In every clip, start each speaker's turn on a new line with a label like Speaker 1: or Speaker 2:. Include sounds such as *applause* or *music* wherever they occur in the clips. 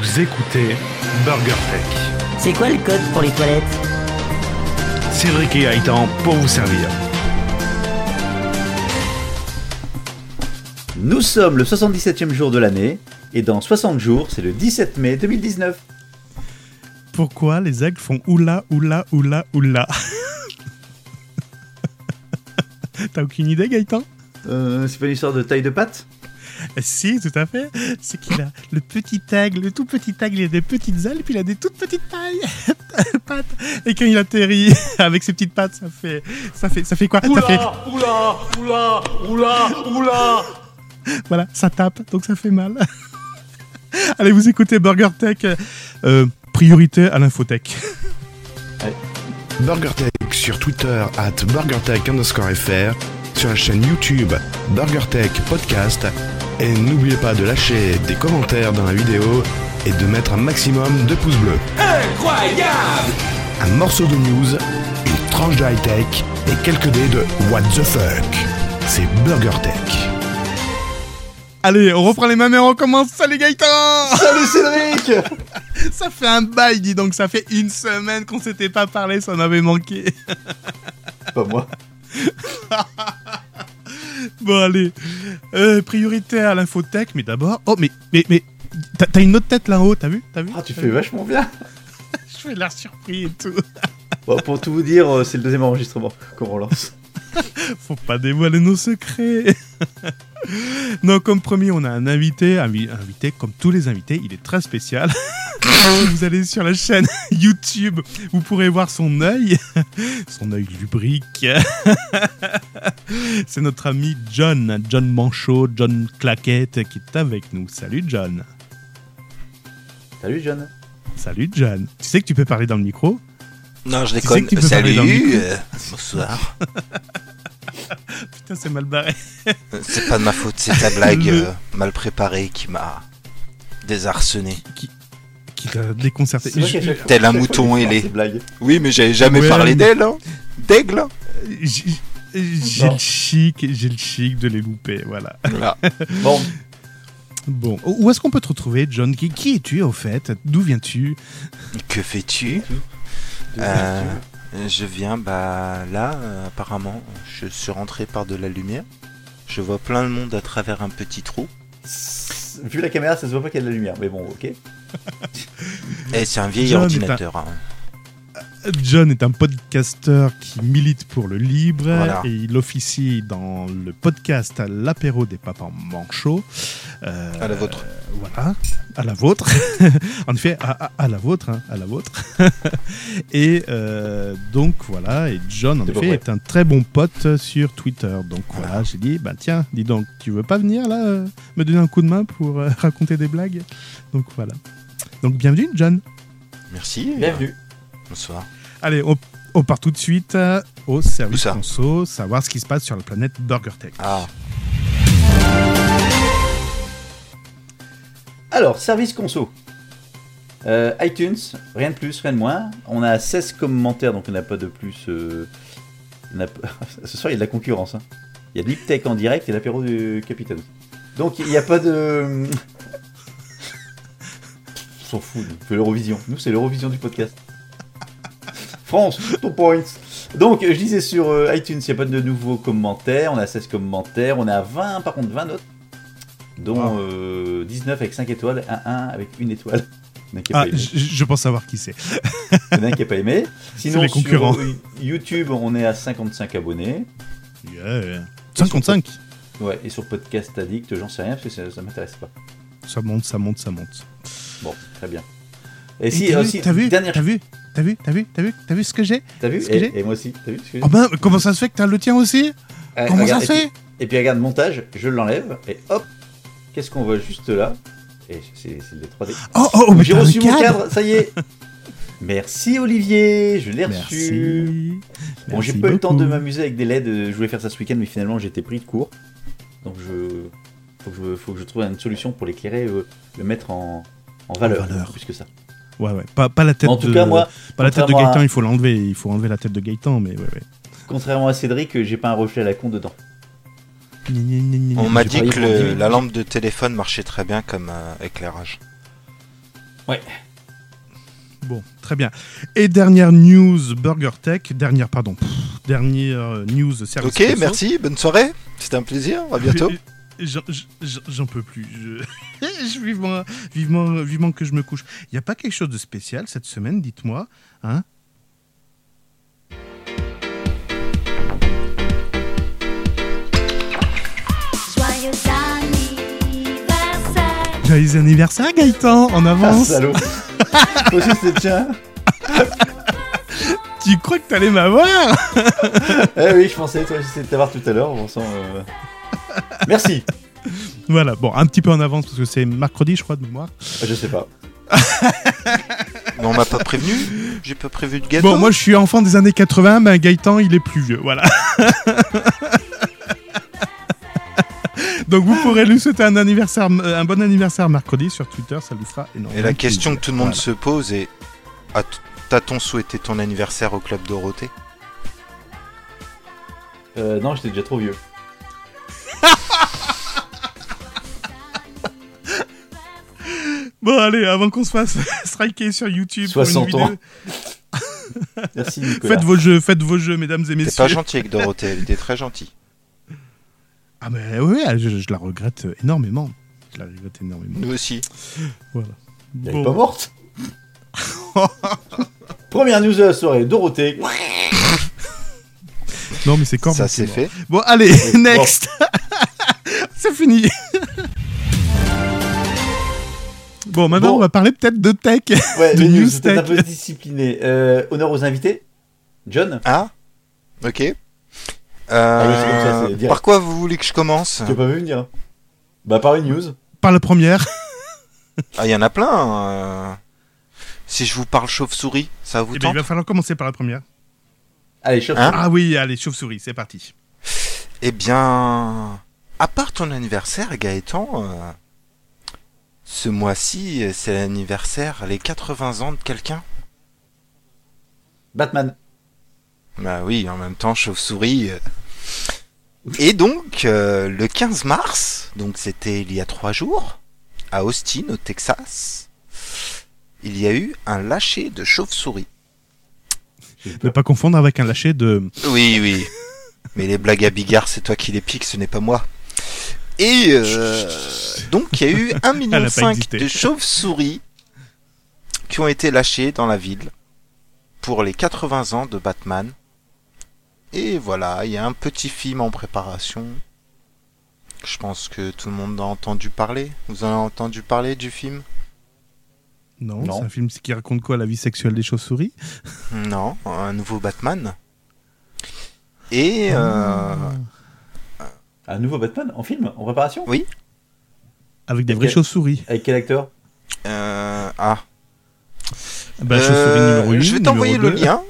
Speaker 1: Vous écoutez Burger Tech.
Speaker 2: C'est quoi le code pour les toilettes
Speaker 1: Cédric et Haïtan pour vous servir.
Speaker 3: Nous sommes le 77e jour de l'année, et dans 60 jours, c'est le 17 mai 2019.
Speaker 4: Pourquoi les aigles font oula, oula, oula, oula *laughs* T'as aucune idée, Gaëtan
Speaker 3: Euh, c'est pas une histoire de taille de patte
Speaker 4: Si, tout à fait. C'est qu'il a le petit aigle, le tout petit aigle, il a des petites ailes, puis il a des toutes petites tailles, *laughs* pattes. Et quand il atterrit *laughs* avec ses petites pattes, ça fait, ça fait, ça fait quoi Ça fait,
Speaker 5: oula, oula, oula, oula.
Speaker 4: voilà, ça tape, donc ça fait mal. *laughs* Allez, vous écoutez Burger Tech. euh, priorité à l'infotech.
Speaker 6: BurgerTech sur Twitter at BurgerTech underscore FR, sur la chaîne YouTube BurgerTech Podcast. Et n'oubliez pas de lâcher des commentaires dans la vidéo et de mettre un maximum de pouces bleus. Incroyable Un morceau de news, une tranche de high-tech et quelques dés de What the fuck. C'est BurgerTech.
Speaker 4: Allez, on reprend les mêmes et on recommence. Salut Gaëtan *laughs*
Speaker 3: Salut Cédric
Speaker 4: Ça fait un bail, dis donc, ça fait une semaine qu'on s'était pas parlé, ça m'avait manqué.
Speaker 3: *laughs*
Speaker 4: *laughs*
Speaker 3: Pas moi.
Speaker 4: Bon, allez, euh, priorité à l'infotech, mais d'abord. Oh, mais, mais, mais, t'as- t'as une autre tête là-haut, t'as vu T'as vu
Speaker 3: Ah, tu
Speaker 4: T'as
Speaker 3: fais
Speaker 4: vu
Speaker 3: vachement bien
Speaker 4: Je fais l'air surpris et tout.
Speaker 3: Bon, pour tout vous dire, euh, c'est le deuxième enregistrement qu'on relance.
Speaker 4: Faut pas dévoiler nos secrets. *laughs* non, comme promis, on a un invité, invi- invité comme tous les invités, il est très spécial. *laughs* vous allez sur la chaîne *laughs* YouTube, vous pourrez voir son œil, *laughs* son œil lubrique. *laughs* C'est notre ami John, John Manchot, John Claquette qui est avec nous. Salut John.
Speaker 3: Salut John
Speaker 4: Salut John. Tu sais que tu peux parler dans le micro
Speaker 7: Non, je
Speaker 4: Tu sais
Speaker 7: déconne.
Speaker 4: que tu peux parler dans le
Speaker 7: Salut,
Speaker 4: micro.
Speaker 7: euh, bonsoir.
Speaker 4: Putain, c'est mal barré. *laughs*
Speaker 7: C'est pas de ma faute, c'est ta blague
Speaker 4: Le-
Speaker 7: euh, mal préparée qui m'a désarçonné.
Speaker 4: Qui t'a déconcerté.
Speaker 3: C'est vrai
Speaker 4: Je-
Speaker 3: qu'à chaque fois-
Speaker 7: Tel
Speaker 3: chaque
Speaker 7: un
Speaker 3: fois, Ah,
Speaker 7: mouton
Speaker 3: il faut faire
Speaker 7: ailé.
Speaker 3: ces blagues.
Speaker 7: Oui, mais j'avais jamais
Speaker 4: Ouais,
Speaker 7: parlé
Speaker 4: mais-
Speaker 7: d'elle, hein. D'aigle, hein.
Speaker 4: J'ai j'ai
Speaker 3: Non.
Speaker 4: le chic, j'ai le chic de les louper, voilà.
Speaker 7: Voilà.
Speaker 3: Bon,
Speaker 4: Bon, où est-ce qu'on peut te retrouver, John Qui, qui es-tu au fait D'où viens-tu
Speaker 7: Que fais-tu Euh, Je viens, bah là, euh, apparemment, je suis rentré par de la lumière. Je vois plein de monde à travers un petit trou.
Speaker 3: vu la caméra, ça se voit pas qu'il y a de la lumière, mais bon, ok.
Speaker 7: Et Eh, c'est un vieil
Speaker 4: John,
Speaker 7: ordinateur. hein.
Speaker 4: John est un podcasteur qui milite pour le libre
Speaker 7: Voilà.
Speaker 4: et il officie dans le podcast à l'apéro des papas manchots. Euh,
Speaker 7: À la Ah, vôtre.
Speaker 4: Voilà, à la vôtre. *laughs* en effet, à, à- à la vôtre, hein, à la vôtre. *laughs* et euh, donc voilà, et John en
Speaker 3: C'est pas
Speaker 4: effet
Speaker 3: vrai. Ah.
Speaker 4: est un très bon pote sur Twitter. Donc voilà, j'ai dit, bah tiens, dis donc, tu veux pas venir là euh, me donner un coup de main pour euh, *laughs* raconter des blagues Donc voilà. Donc bienvenue John.
Speaker 7: Merci.
Speaker 3: Bienvenue
Speaker 7: Bonsoir.
Speaker 4: Allez, on, on part tout de suite euh, au service
Speaker 7: Où ça
Speaker 4: conso, savoir ce qui se passe sur la planète BurgerTech.
Speaker 7: Ah,
Speaker 3: Alors, service conso. Euh, iTunes, rien de plus, rien de moins. On a 16 commentaires, donc on n'a pas de plus. euh, on a- *laughs* Ce soir, il y a de la concurrence. hein. Il y a de l'Iptech en direct et l'apéro du capitaine. Donc, il n'y a pas de. *laughs* On s'en fout, nous, on fait l'Eurovision. Nous, c'est l'Eurovision du podcast. *laughs* France, ton point. Donc, je disais sur euh, iTunes, il n'y a pas de nouveaux commentaires. On a 16 commentaires. On a 20, par contre, 20 notes
Speaker 4: Ah.
Speaker 3: dont euh, 19 avec 5 étoiles, 1 1 avec une étoile. Il y en a qui a
Speaker 4: Ah,
Speaker 3: pas aimé.
Speaker 4: je, je pense savoir qui c'est.
Speaker 3: Il y en a un qui a pas
Speaker 4: *laughs*
Speaker 3: aimé. Sinon,
Speaker 4: les concurrents.
Speaker 3: sur euh, YouTube, on est à 55 abonnés.
Speaker 4: Yeah. 55
Speaker 3: Ouais, et sur Podcast Addict, j'en sais rien parce que ça, ça m'intéresse pas.
Speaker 4: Ça monte, ça monte, ça monte.
Speaker 3: Bon, très bien. Et,
Speaker 4: Et
Speaker 3: si,
Speaker 4: t'as
Speaker 3: euh,
Speaker 4: vu,
Speaker 3: si,
Speaker 4: t'as vu,
Speaker 3: dernière
Speaker 4: t'as vu, t'as vu, t'as vu, t'as vu, t'as vu ce que j'ai
Speaker 3: t'as vu
Speaker 4: ce que
Speaker 3: et,
Speaker 4: j'ai
Speaker 3: et moi aussi, t'as vu ce que j'ai
Speaker 4: Oh ben, comment ça se fait que t'as le tien aussi
Speaker 3: Eh,
Speaker 4: Comment ça
Speaker 3: regarde,
Speaker 4: se
Speaker 3: et
Speaker 4: fait
Speaker 3: puis- Et puis regarde, montage, je l'enlève et hop, qu'est-ce qu'on voit juste là Et c'est c'est le 3D.
Speaker 4: Oh, oh, oh, mais
Speaker 3: J'ai
Speaker 4: t'as
Speaker 3: reçu
Speaker 4: un
Speaker 3: mon
Speaker 4: cadre.
Speaker 3: cadre, ça y
Speaker 4: *laughs*
Speaker 3: est Merci Olivier, je l'ai reçu.
Speaker 4: Merci.
Speaker 3: Bon, j'ai
Speaker 4: Merci
Speaker 3: pas eu le temps de
Speaker 4: beaucoup.
Speaker 3: m'amuser avec des LED. euh, Je voulais faire ça ce week-end, mais finalement j'étais pris de court. Donc je. Faut que je, faut que je trouve une solution pour l'éclairer, euh, le mettre en, en valeur.
Speaker 4: valeur.
Speaker 3: Plus que ça.
Speaker 4: Ouais, ouais, pas, pas la tête
Speaker 3: en tout
Speaker 4: de...
Speaker 3: cas, moi,
Speaker 4: pas la tête de
Speaker 3: contrairement à-
Speaker 4: Gaëtan, il faut l'enlever, il faut enlever la tête de Gaëtan, mais ouais, ouais.
Speaker 3: contrairement à Cédric, euh, j'ai pas un reflet à la con dedans.
Speaker 4: Gna, gna, gna, gna,
Speaker 7: on
Speaker 4: gna.
Speaker 7: m'a
Speaker 3: j'ai
Speaker 7: dit
Speaker 3: parié
Speaker 7: que
Speaker 3: pour
Speaker 7: le-
Speaker 3: dix minutes.
Speaker 7: la lampe de téléphone marchait très bien comme euh, éclairage.
Speaker 3: Ouais.
Speaker 4: Bon, très bien. Et dernière news Burger Tech, dernière, pardon, pff, dernière euh, news service.
Speaker 7: Ok,
Speaker 4: perso.
Speaker 7: merci, bonne soirée. C'était un plaisir,
Speaker 4: *laughs*
Speaker 7: à bientôt.
Speaker 4: J'en- j'en- J'en peux plus. Je... *laughs* je- vivement, vivement, vivement que je me couche. Il n'y a pas quelque chose de spécial cette semaine, dites-moi. Hein
Speaker 2: Joyeux anniversaire,
Speaker 4: Joyeux anniversaire, Gaëtan, en
Speaker 3: Ah,
Speaker 4: avance.
Speaker 3: salaud. *laughs* Toi aussi, c'était tiens.
Speaker 4: tu crois que t'allais m'avoir
Speaker 3: Eh oui, je pensais, toi, j'essayais de t'avoir tout à l'heure, bon sang. euh. Merci.
Speaker 4: Voilà, bon, un petit peu en avance parce que c'est mercredi, je crois, de mémoire.
Speaker 3: Ah, Je sais pas.
Speaker 7: Mais on m'a pas prévenu. J'ai pas prévu de gâteau.
Speaker 4: Bon, moi, je suis enfant des années 80, mais Gaëtan, il est plus vieux. Voilà. *laughs* Donc, vous pourrez lui souhaiter un, anniversaire, un bon anniversaire mercredi sur Twitter, ça lui fera énormément.
Speaker 7: Et la
Speaker 4: plaisir.
Speaker 7: question que tout le monde
Speaker 4: Voilà.
Speaker 7: se pose est a- T'a-t-on souhaité ton anniversaire au club Dorothée
Speaker 3: Euh, non, j'étais déjà trop vieux.
Speaker 4: Bon, allez, avant qu'on se fasse *laughs* striker sur YouTube. pour une
Speaker 3: 60 ans.
Speaker 4: vidéo,
Speaker 3: Merci, Nicolas.
Speaker 4: Faites vos jeux, faites vos jeux, mesdames et
Speaker 7: T'es pas
Speaker 4: messieurs.
Speaker 7: gentil avec Dorothée, elle était très gentille.
Speaker 4: ah, mais oui, je, je la regrette énormément. Je la regrette énormément.
Speaker 7: Nous aussi.
Speaker 3: Elle
Speaker 4: Bon.
Speaker 3: est pas morte. Première news de la soirée, Dorothée.
Speaker 4: Non, mais c'est quand
Speaker 7: Ça c'est fait.
Speaker 4: Bon, allez, next. *laughs* c'est fini. Bon, maintenant,
Speaker 3: Bon.
Speaker 4: on va parler peut-être de tech. *laughs*
Speaker 3: Ouais,
Speaker 4: De
Speaker 3: les
Speaker 4: news
Speaker 3: news, peut-être un
Speaker 4: tech.
Speaker 3: peu discipliné. Euh, honneur aux invités. John,
Speaker 7: Ah Ok. Euh,
Speaker 3: Ah oui, c'est comme ça, c'est direct.
Speaker 7: par quoi vous voulez que je commence
Speaker 3: tu peux pas me venir Bah, par une news.
Speaker 4: Par la première.
Speaker 7: Ah, il y en a plein. euh. Si je vous parle chauve-souris, ça vous
Speaker 4: Eh ben,
Speaker 7: tente
Speaker 4: il va falloir commencer par la première.
Speaker 3: Allez, chauffe.
Speaker 7: Hein
Speaker 4: Ah oui, allez, chauve-souris, c'est parti.
Speaker 7: Eh bien, à part ton anniversaire, Gaëtan, euh, ce mois-ci, euh, c'est l'anniversaire, les 80 ans de quelqu'un.
Speaker 3: Batman.
Speaker 7: Bah oui, en même temps, chauve-souris. euh. Et donc, euh, le 15 mars, donc c'était il y a trois jours, à Austin, au Texas, il y a eu un lâcher de chauve-souris.
Speaker 4: Ne pas confondre avec un lâcher de.
Speaker 7: Oui, oui. Mais les blagues à Bigard, c'est toi qui les piques, ce n'est pas moi. Et euh, donc, il y
Speaker 4: *laughs*
Speaker 7: a eu 1,5
Speaker 4: Elle
Speaker 7: million
Speaker 4: a pas hésité.
Speaker 7: de chauves-souris qui ont été lâchées dans la ville pour les 80 ans de Batman. Et voilà, il y a un petit film en préparation. Je pense que tout le monde a entendu parler. Vous en avez entendu parler du film
Speaker 4: Non,
Speaker 3: Non.
Speaker 4: c'est un film qui raconte quoi La vie sexuelle des chauves-souris
Speaker 7: Non, un nouveau Batman. Et euh,
Speaker 4: Ah.
Speaker 3: Un nouveau Batman en film, en préparation
Speaker 4: Avec des vraies
Speaker 3: Quel-
Speaker 4: chauves-souris.
Speaker 3: Avec quel acteur
Speaker 7: euh, ah,
Speaker 4: Bah,
Speaker 7: Euh,
Speaker 4: chauve-souris numéro 1.
Speaker 7: je vais t'envoyer le lien.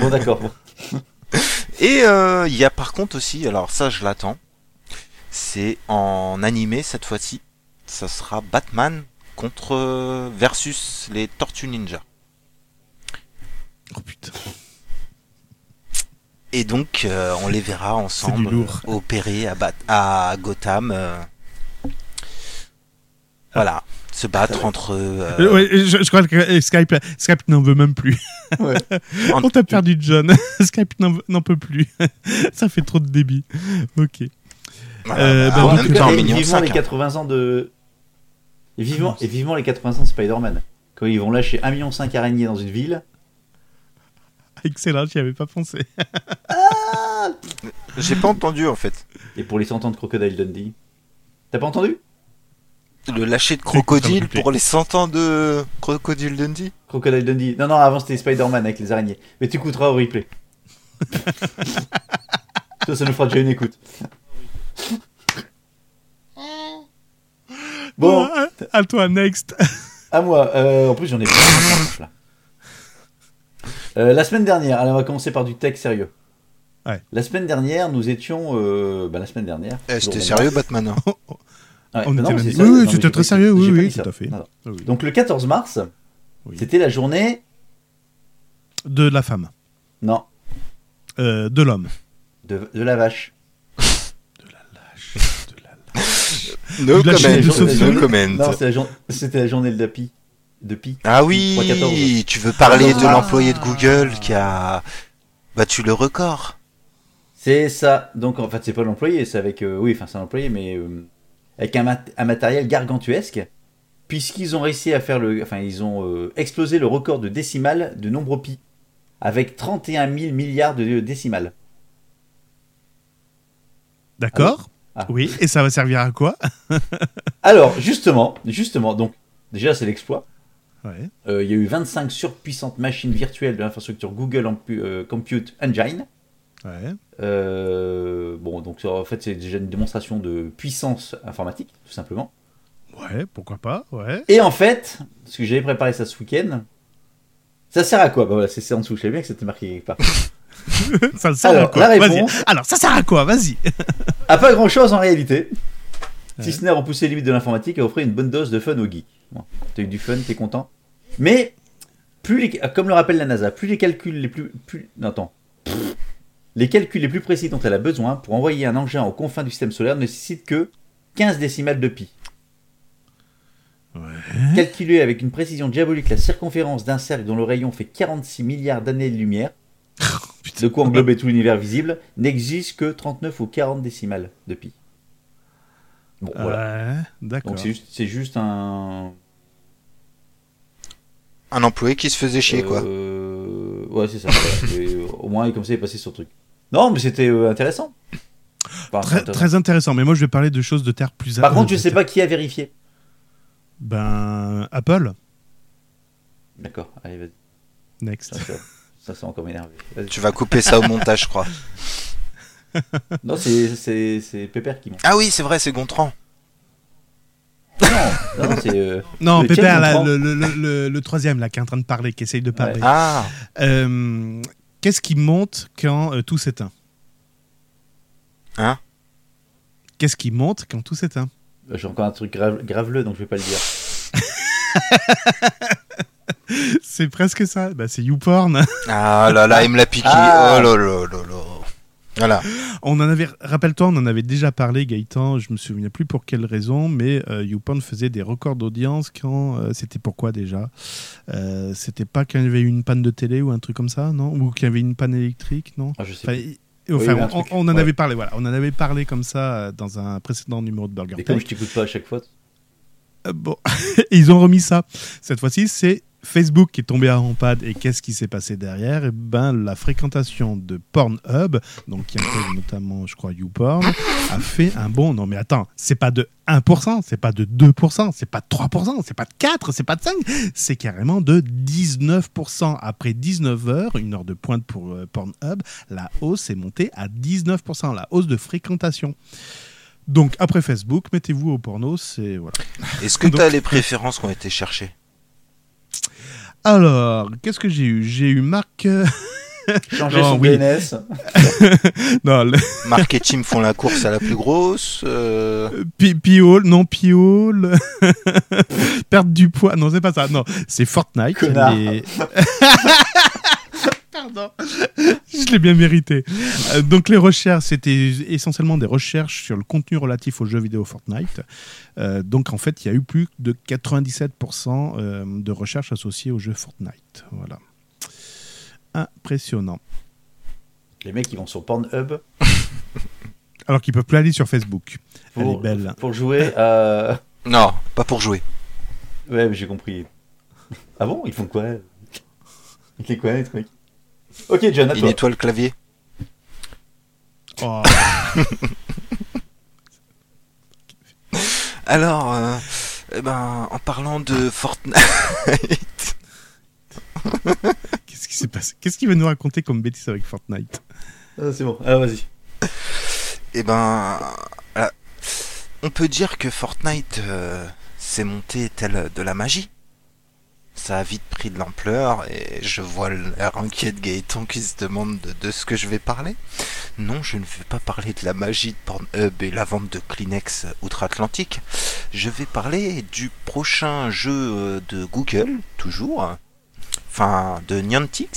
Speaker 3: Bon, d'accord.
Speaker 7: Et euh, il y a par contre aussi, alors ça je l'attends, c'est en animé cette fois-ci. Ça sera Batman contre euh, versus les Tortues Ninja.
Speaker 4: Oh putain.
Speaker 7: Et donc euh, on les verra ensemble
Speaker 4: lourd.
Speaker 7: euh, opérer à, Bat- à Gotham. euh, Voilà, se battre entre euh,
Speaker 4: Euh, ouais, je, je crois que euh, Skype, Skype n'en veut même plus.
Speaker 3: Ouais.
Speaker 4: *laughs* On t'a perdu, John. Skype n'en veut- n'en peut plus. *laughs* Ça fait trop de débit. Ok.
Speaker 7: Voilà,
Speaker 4: Euh,
Speaker 7: bah,
Speaker 4: bah,
Speaker 7: en
Speaker 4: donc,
Speaker 7: même temps,
Speaker 4: euh,
Speaker 3: Ah, et
Speaker 7: million
Speaker 3: vivement les
Speaker 7: cinq, hein.
Speaker 3: 80 ans de. Et vivement, et vivement les 80 ans de Spider-Man. Quand ils vont lâcher 1,5 million araignées dans une ville.
Speaker 4: Excellent, j'y avais pas pensé.
Speaker 7: J'ai pas entendu en fait.
Speaker 3: Et pour les 100 ans de Crocodile Dundee. T'as pas entendu
Speaker 7: Le lâcher de
Speaker 4: C'est
Speaker 7: crocodile
Speaker 4: compliqué.
Speaker 7: pour les 100 ans de Crocodile Dundee
Speaker 3: Crocodile Dundee. Non, non, avant c'était Spider-Man avec les araignées. Mais tu écouteras au
Speaker 7: *laughs*
Speaker 3: replay. ça, ça nous fera déjà une écoute. Bon,
Speaker 4: Ah, *laughs* à, à toi, next.
Speaker 3: à moi. Euh, en plus, j'en ai plein. là. Euh, la semaine dernière, alors on va commencer par du tech sérieux.
Speaker 4: Ouais.
Speaker 3: La semaine dernière, nous étions. euh, bah, la semaine dernière.
Speaker 7: Eh, C'était
Speaker 3: Jour-
Speaker 7: sérieux Batman hein
Speaker 3: Ah ouais,
Speaker 4: On
Speaker 3: bah
Speaker 4: était
Speaker 3: non,
Speaker 4: lundi.
Speaker 3: c'est ça,
Speaker 4: Oui, oui,
Speaker 3: non, mais
Speaker 4: c'était
Speaker 3: j'ai
Speaker 4: très
Speaker 3: pas-
Speaker 4: sérieux, oui,
Speaker 3: j'ai pas
Speaker 4: oui,
Speaker 3: dit ça.
Speaker 4: tout à fait.
Speaker 3: Non, non.
Speaker 4: Ah oui.
Speaker 3: Donc le 14 mars,
Speaker 4: Oui.
Speaker 3: c'était la journée.
Speaker 4: De la femme.
Speaker 3: Non,
Speaker 4: Euh, de *laughs* l'homme.
Speaker 3: de, de la vache.
Speaker 7: No
Speaker 4: Du lâcher
Speaker 7: comment,
Speaker 4: de
Speaker 7: no
Speaker 4: chauve-souris
Speaker 7: comment.
Speaker 3: Non, c'est la jour- c'était la journée de l'API. de Pi.
Speaker 7: Ah
Speaker 3: Pi 3.14.
Speaker 7: oui, tu veux parler de
Speaker 3: Ah.
Speaker 7: l'employé de Google qui a battu le record.
Speaker 3: C'est ça. Donc en fait, c'est pas l'employé, c'est avec. euh, oui, enfin, c'est un employé, mais euh, avec un, mat- un matériel gargantuesque. Puisqu'ils ont réussi à faire le. Enfin, ils ont euh, explosé le record de décimales de nombre pi. Avec 31 000 milliards de décimales.
Speaker 4: D'accord
Speaker 3: Ah.
Speaker 4: Oui, et ça va servir à quoi
Speaker 3: Alors, justement, justement, donc, déjà, c'est l'exploit.
Speaker 4: *laughs* Ouais.
Speaker 3: Euh, il y a eu 25 surpuissantes machines virtuelles de l'infrastructure Google Ampu- euh, Compute Engine.
Speaker 4: Ouais.
Speaker 3: Euh, bon, donc ça, en fait, c'est déjà une démonstration de puissance informatique, tout simplement.
Speaker 4: Ouais, pourquoi pas, ouais.
Speaker 3: Et en fait, parce que j'avais préparé ça ce week-end, ça sert à quoi Bah voilà, c'est c'est en dessous, je savais bien que c'était marqué quelque part.
Speaker 4: Ça sert
Speaker 3: Alors,
Speaker 4: à quoi
Speaker 3: la
Speaker 4: Vas-y.
Speaker 3: réponse-
Speaker 4: Alors, ça sert à quoi Vas-y.
Speaker 3: À pas grand-chose en réalité,
Speaker 4: Ouais.
Speaker 3: si ce n'est à repousser les limites de l'informatique et offrir une bonne dose de fun aux geeks. Bon, t'as eu du fun, t'es content. Mais, plus les- comme le rappelle la NASA, plus les calculs les plus... plus non, attends. Pfff. Les calculs les plus précis dont elle a besoin pour envoyer un engin aux confins du système solaire ne nécessitent que 15 décimales de pi. Calculer avec une précision diabolique la circonférence d'un cercle dont le rayon fait 46 milliards d'années-lumière, de quoi englober tout l'univers visible, n'existe que 39 ou 40 décimales de pi. Bon, voilà.
Speaker 4: Ouais, Ah, d'accord.
Speaker 3: Donc c'est juste, c'est juste un.
Speaker 7: Un employé qui se faisait chier, quoi.
Speaker 3: Euh, Ouais, c'est ça. voilà. Et, euh, au moins, comme ça, il est passé sur le truc. Non, mais c'était euh, intéressant. Enfin,
Speaker 4: Très,
Speaker 3: intéressant.
Speaker 4: très intéressant, mais moi je vais parler de choses de terre plus
Speaker 3: Par
Speaker 4: euh,
Speaker 3: contre, je
Speaker 4: de
Speaker 3: sais
Speaker 4: terre-
Speaker 3: pas qui a vérifié.
Speaker 4: Ben, Apple,
Speaker 3: D'accord, allez, vas-y.
Speaker 4: next.
Speaker 3: Ça, ça, ça, ça encore m'énervé. Vas-y.
Speaker 7: Tu vas couper ça au montage, je crois.
Speaker 3: Non, c'est- c'est c'est Pépère qui ment.
Speaker 7: *laughs* Ah oui, c'est vrai, c'est Gontran.
Speaker 3: Non, non, c'est. euh,
Speaker 4: Non,
Speaker 3: Le
Speaker 4: Pépère,
Speaker 3: tien,
Speaker 4: là,
Speaker 3: Gontran.
Speaker 4: le, le- le- le- le troisième là, qui est en train de parler, qui essaye de parler.
Speaker 7: Ah,
Speaker 4: Euh, Qu'est-ce qui monte quand euh, tout s'éteint
Speaker 7: Hein
Speaker 4: Qu'est-ce qui monte quand tout s'éteint *laughs*
Speaker 3: J'ai encore un truc grave, graveleux, donc je vais pas le dire.
Speaker 4: C'est presque ça. Bah, c'est YouPorn.
Speaker 7: ah là là, il me l'a piqué.
Speaker 3: Ah.
Speaker 7: Oh là là là là. Voilà.
Speaker 4: On en avait, rappelle-toi, on en avait déjà parlé, Gaëtan. Je me souviens plus pour quelle raison, mais euh, YouPorn faisait des records d'audience quand euh, c'était pourquoi déjà Euh, C'était pas quand il y avait eu une panne de télé ou un truc comme ça, non Ou qu'il y avait une panne électrique, non
Speaker 3: Ah, je sais
Speaker 4: Enfin,
Speaker 3: plus.
Speaker 4: il- enfin,
Speaker 3: il y a un
Speaker 4: on,
Speaker 3: truc,
Speaker 4: on en
Speaker 3: ouais.
Speaker 4: avait parlé, voilà. On en avait parlé comme ça euh, dans un précédent numéro de Burger
Speaker 3: Mais
Speaker 4: Time.
Speaker 3: comme je t'écoute pas à chaque fois.
Speaker 4: Euh, Bon, *laughs* Et ils ont remis ça. Cette fois-ci, c'est Facebook qui est tombé en pad. Et qu'est-ce qui s'est passé derrière Eh ben, la fréquentation de Pornhub, donc qui intègre notamment, je crois, YouPorn, a fait un bond. Non, mais attends, c'est pas de 1%, c'est pas de 2%, c'est pas de 3%, c'est pas de 4, c'est pas de 5, c'est carrément de 19%. Après 19 heures, une heure de pointe pour euh, Pornhub, la hausse est montée à 19%, la hausse de fréquentation. Donc après Facebook, mettez-vous au porno, c'est voilà.
Speaker 7: Est-ce que t'as les préférences qui ont été cherchées
Speaker 4: Alors, qu'est-ce que j'ai eu J'ai eu Marc. euh, *laughs*
Speaker 3: Changer
Speaker 4: Non,
Speaker 3: son
Speaker 4: oui.
Speaker 3: DNS.
Speaker 4: non, le-
Speaker 7: Marc et Tim font la course à la plus grosse. euh,
Speaker 4: Pi- Pio, non, Pio, le- *laughs* perdre du poids. Non, c'est pas ça. Non, c'est Fortnite.
Speaker 3: Connard.
Speaker 4: les- *laughs* Pardon, je l'ai bien mérité. Euh, donc, les recherches, c'était essentiellement des recherches sur le contenu relatif aux jeux vidéo Fortnite. Euh, donc, en fait, il y a eu plus de 97% euh, de recherches associées aux jeux Fortnite. Voilà. Impressionnant.
Speaker 3: Les mecs, ils vont sur Pornhub
Speaker 4: Alors qu'ils peuvent plus aller sur Facebook. Elle est
Speaker 3: pour,
Speaker 4: belle.
Speaker 3: pour jouer à.
Speaker 7: Non, pas pour jouer.
Speaker 3: Ouais, mais j'ai compris. Ah bon Ils font quoi Ils les quoi, les trucs Ok, John, à
Speaker 7: Il
Speaker 3: toi.
Speaker 7: nettoie le clavier.
Speaker 4: *laughs* Oh.
Speaker 7: Alors, euh, eh ben, en parlant de Fortnite,
Speaker 4: Qu'est-ce qui s'est passé Qu'est-ce qu'il va nous raconter comme bêtise avec Fortnite
Speaker 3: Ah, c'est bon, alors vas-y.
Speaker 7: eh ben, voilà. on peut dire que Fortnite euh, s'est monté tel de la magie. Ça a vite pris de l'ampleur et je vois l'air inquiet de Gaëtan qui se demande de, de ce que je vais parler. Non, je ne vais pas parler de la magie de Pornhub et la vente de Kleenex outre-Atlantique. Je vais parler du prochain jeu euh, de Google, toujours. Enfin, de Niantic.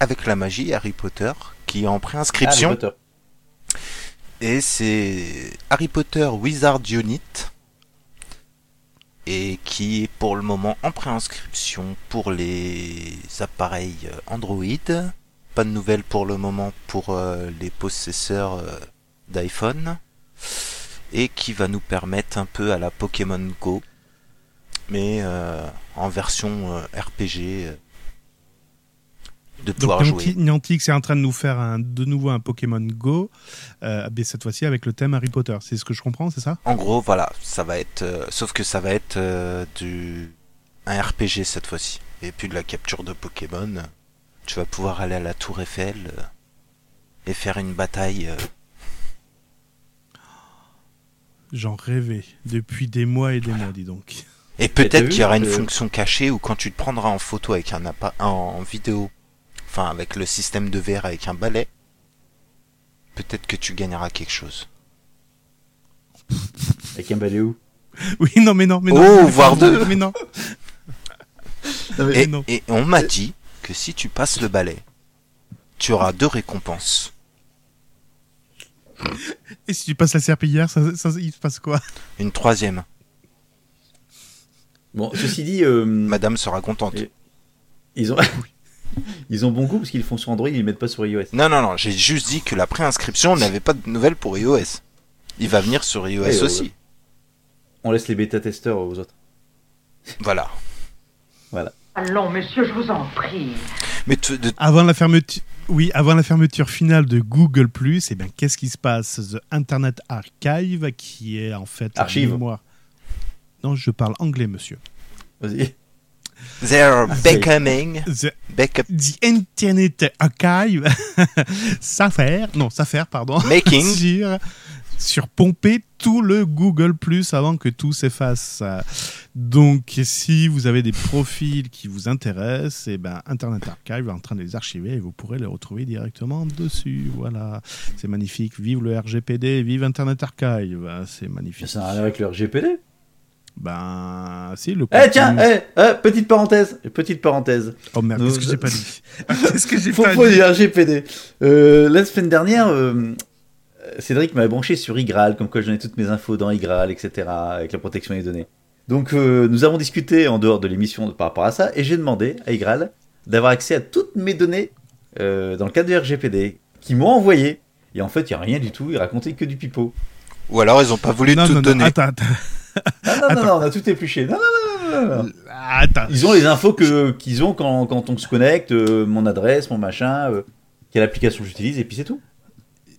Speaker 7: Avec la magie Harry Potter qui est en
Speaker 3: Harry
Speaker 7: préinscription.
Speaker 3: Potter.
Speaker 7: Et c'est Harry Potter Wizard Unit. Et et qui est pour le moment en préinscription pour les appareils euh, Android. Pas de nouvelles pour le moment pour euh, les possesseurs euh, d'iPhone et qui va nous permettre un peu à la Pokémon Go mais euh, en version euh, RPG euh, de
Speaker 4: Donc
Speaker 7: pouvoir jouer.
Speaker 4: Niantic, Niantic, c'est en train de nous faire un- de nouveau un Pokémon Go, euh, mais cette fois-ci avec le thème Harry Potter. C'est ce que je comprends, c'est ça
Speaker 7: En gros, voilà, ça va être, euh, sauf que ça va être euh, du un RPG cette fois-ci, et puis de la capture de Pokémon. Tu vas pouvoir aller à la Tour Eiffel euh, et faire une bataille. euh.
Speaker 4: J'en rêvais depuis des mois et des mois, dis donc.
Speaker 7: Et
Speaker 3: t'as
Speaker 7: peut-être
Speaker 3: vu
Speaker 7: qu'il y aura une
Speaker 3: que-
Speaker 7: fonction cachée où quand tu te prendras en photo avec un appa- en, en vidéo, enfin avec le système de verre avec un balai, peut-être que tu gagneras quelque chose.
Speaker 3: Avec un balai où
Speaker 4: *laughs* Oui, non, mais non, mais non.
Speaker 7: Oh,
Speaker 4: mais
Speaker 7: voire
Speaker 4: non,
Speaker 7: deux.
Speaker 4: Mais non.
Speaker 3: Non, mais-
Speaker 7: Et,
Speaker 4: non.
Speaker 7: et on m'a dit que si tu passes le balai, tu auras deux récompenses.
Speaker 4: Et si tu passes la serpillière, ça, ça- il se passe quoi
Speaker 7: Une troisième.
Speaker 3: Bon, ceci dit, euh,
Speaker 7: Madame sera contente.
Speaker 3: Et- ils ont. *laughs* Ils ont bon goût parce qu'ils le font sur Android, ils le mettent pas sur iOS.
Speaker 7: Non, non, non, j'ai juste dit que la préinscription n'avait pas de nouvelles pour iOS. Il va venir sur iOS
Speaker 4: Eh oh.
Speaker 3: Ouais, ouais,
Speaker 7: aussi.
Speaker 3: On laisse les bêta-testeurs aux autres.
Speaker 7: Voilà.
Speaker 2: Allons, monsieur, je vous en prie.
Speaker 7: Mais tu- de-
Speaker 4: Avant la fermeture. Oui, avant la fermeture finale de Google Plus, eh bien, qu'est-ce qui se passe The Internet Archive, qui est en fait la
Speaker 3: Archive.
Speaker 4: mémoire. Non, je parle anglais, monsieur.
Speaker 3: Vas-y.
Speaker 7: they're
Speaker 4: Ah,
Speaker 3: c'est-
Speaker 7: becoming,
Speaker 4: The
Speaker 7: become-
Speaker 4: The Internet Archive, *laughs* ça faire, non, ça faire, pardon, *laughs*
Speaker 7: making.
Speaker 4: sur, sur pomper tout le Google Plus avant que tout s'efface. Donc, si vous avez des profils qui vous intéressent, et ben Internet Archive est en train de les archiver et vous pourrez les retrouver directement dessus. Voilà, c'est magnifique. Vive le RGPD, vive Internet Archive, Ah, c'est magnifique.
Speaker 3: Ça n'a rien avec leur GPD.
Speaker 4: Ben, si le.
Speaker 3: Eh tiens,
Speaker 4: contenu-
Speaker 3: eh, eh, petite parenthèse, petite parenthèse.
Speaker 4: oh merde,
Speaker 3: nous-
Speaker 4: qu'est-ce que j'ai pas
Speaker 3: *laughs*
Speaker 4: dit Qu'est-ce que j'ai
Speaker 3: Faut
Speaker 4: pas
Speaker 3: pas
Speaker 4: dit
Speaker 3: du RGPD. Euh, la semaine dernière, euh, Cédric m'avait branché sur iGraal, comme quoi je donnais toutes mes infos dans iGraal, etc., avec la protection des données. Donc euh, nous avons discuté en dehors de l'émission par rapport à ça, et j'ai demandé à iGraal d'avoir accès à toutes mes données euh, dans le cadre du RGPD, qui m'ont envoyé. Et en fait, il n'y a rien du tout, ils racontaient que du pipeau.
Speaker 7: Ou alors ils ont pas voulu
Speaker 4: Non,
Speaker 7: tout
Speaker 4: non, non,
Speaker 7: donner.
Speaker 4: attends, attends.
Speaker 3: Ah non, non, non, on a tout épluché. Non, non, non, non, non, non.
Speaker 4: Attends.
Speaker 3: Ils ont les infos que- qu'ils ont quand, quand on se connecte, euh, mon adresse, mon machin, euh, quelle application j'utilise, et puis c'est tout.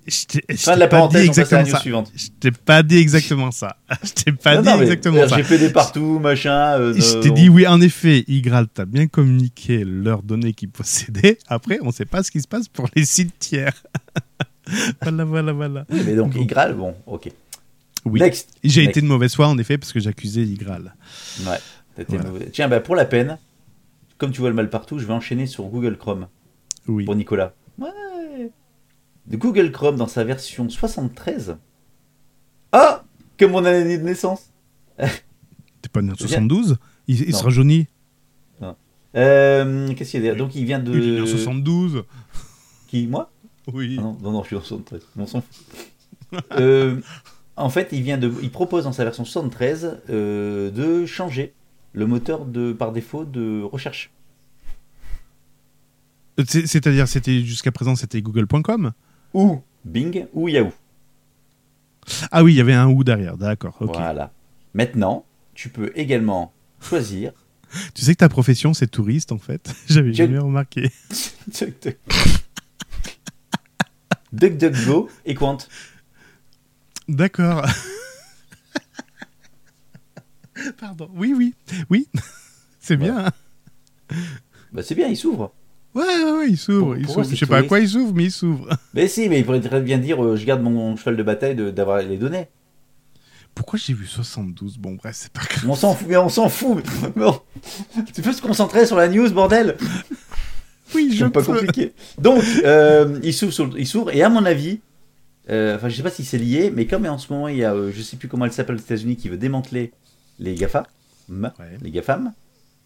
Speaker 4: Je t'ai je
Speaker 3: Fin de
Speaker 4: t'ai
Speaker 3: la
Speaker 4: pas dit
Speaker 3: parenthèse, on passe à la
Speaker 4: exactement
Speaker 3: news
Speaker 4: ça.
Speaker 3: suivante.
Speaker 4: Je t'ai pas dit exactement ça. *laughs* Je t'ai pas
Speaker 3: Non,
Speaker 4: dit
Speaker 3: non, mais
Speaker 4: exactement ça.
Speaker 3: RGPD partout, machin. euh,
Speaker 4: Je
Speaker 3: euh,
Speaker 4: t'ai
Speaker 3: on-
Speaker 4: dit oui, en effet, Igral t'a bien communiqué leurs données qu'ils possédaient. *laughs* Après, on sait pas ce qui se passe pour les sites tiers. *laughs* voilà, voilà, voilà.
Speaker 3: Oui, mais donc, Igral, bon, ok.
Speaker 4: Oui.
Speaker 3: Next.
Speaker 4: J'ai
Speaker 3: Next.
Speaker 4: été de mauvaise foi, en effet, parce que j'accusais Igral.
Speaker 3: Ouais, t'étais
Speaker 4: Voilà.
Speaker 3: mauvais. Tiens, bah, pour la peine, comme tu vois le mal partout, je vais enchaîner sur Google Chrome
Speaker 4: Oui.
Speaker 3: pour Nicolas. Ouais. De Google Chrome dans sa version 73. Ah Comme mon année de naissance.
Speaker 4: T'es pas né en
Speaker 3: Bien.
Speaker 4: 72 Il, il
Speaker 3: Non.
Speaker 4: se rajeunit.
Speaker 3: Euh, Qu'est-ce qu'il y a derrière Donc, il vient de.
Speaker 4: Il est né en 72.
Speaker 3: Qui, moi
Speaker 4: Oui.
Speaker 3: Ah *laughs* non, non, non, je suis en 73. Bon sang. *laughs* Euh, en fait, il, vient de, il propose dans sa version 73 euh, de changer le moteur de, par défaut de recherche.
Speaker 4: C'est- C'est-à-dire, c'était jusqu'à présent, c'était google.com.
Speaker 3: Ou Bing ou Yahoo.
Speaker 4: Ah oui, il y avait un ou derrière. D'accord. ok.
Speaker 3: Voilà. Maintenant, tu peux également choisir. *laughs*
Speaker 4: Tu sais que ta profession, c'est touriste, en fait. *laughs* J'avais
Speaker 3: Quel-
Speaker 4: jamais remarqué.
Speaker 3: Duck, duck. *laughs* DuckDuckGo et Quant.
Speaker 4: D'accord. Pardon. Oui, oui. Oui. *laughs* C'est
Speaker 3: Voilà.
Speaker 4: bien. hein.
Speaker 3: Bah, c'est bien, il s'ouvre.
Speaker 4: Ouais, ouais, ouais, il
Speaker 3: Pour-
Speaker 4: s'ouvre. il
Speaker 3: pour eux,
Speaker 4: s'ouvre.
Speaker 3: c'est
Speaker 4: Je sais pas à
Speaker 3: touriste.
Speaker 4: quoi il s'ouvre, mais il s'ouvre. *laughs*
Speaker 3: Mais si, mais il pourrait très bien dire euh, je garde mon cheval de bataille de- d'avoir les données.
Speaker 4: Pourquoi j'ai vu 72 Bon, bref, c'est pas grave.
Speaker 3: On s'en fout, mais on s'en fout. *laughs* mais on- Tu peux se concentrer sur la news, bordel.
Speaker 4: Oui, je
Speaker 3: C'est pas
Speaker 4: peux.
Speaker 3: compliqué. Donc, euh, il s'ouvre, sur le- il s'ouvre, et à mon avis, euh, enfin, je sais pas si c'est lié, mais comme en ce moment, il y a, euh, je sais plus comment elle s'appelle aux États-Unis, qui veut démanteler les GAFA, m,
Speaker 4: Ouais.
Speaker 3: les GAFAM,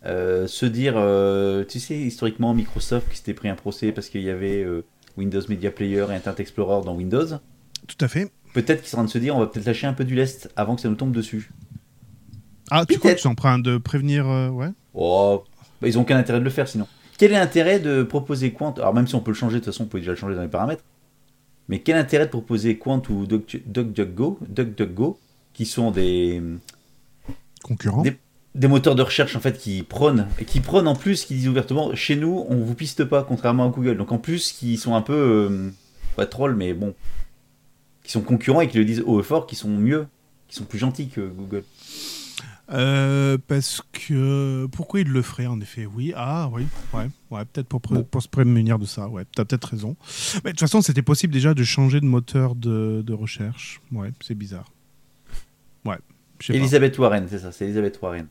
Speaker 3: euh, se dire, euh, tu sais, historiquement, Microsoft qui s'était pris un procès parce qu'il y avait euh, Windows Media Player et Internet Explorer dans Windows,
Speaker 4: Tout à fait.
Speaker 3: peut-être qu'ils sont en train de se dire, on va peut-être lâcher un peu du lest avant que ça nous tombe dessus.
Speaker 4: Ah, tu crois que
Speaker 3: Peut-être.
Speaker 4: tu es en train de prévenir. euh, ouais.
Speaker 3: Oh, bah, ils ont aucun intérêt de le faire sinon. Quel est l'intérêt de proposer Quant Alors même si on peut le changer, de toute façon, on peut déjà le changer dans les paramètres. Mais quel intérêt de proposer Quant ou Duck- DuckDuckGo, DuckDuckGo, qui sont des,
Speaker 4: Concurrent.
Speaker 3: Des- des moteurs de recherche en fait qui prônent, et qui prônent en plus, qui disent ouvertement, chez nous, on vous piste pas, contrairement à Google. Donc en plus, qui sont un peu euh, pas trolls, mais bon, qui sont concurrents et qui le disent haut et fort, qui sont mieux, qui sont plus gentils que Google.
Speaker 4: Euh, parce que. Pourquoi il le ferait en effet Oui, ah oui, ouais, ouais peut-être pour, pré- pour se prémunir de ça, ouais, t'as peut-être raison. Mais de toute façon, c'était possible déjà de changer de moteur de, de recherche. Ouais, c'est bizarre. Ouais, je sais pas.
Speaker 3: Elisabeth Warren, c'est ça, c'est Elisabeth Warren.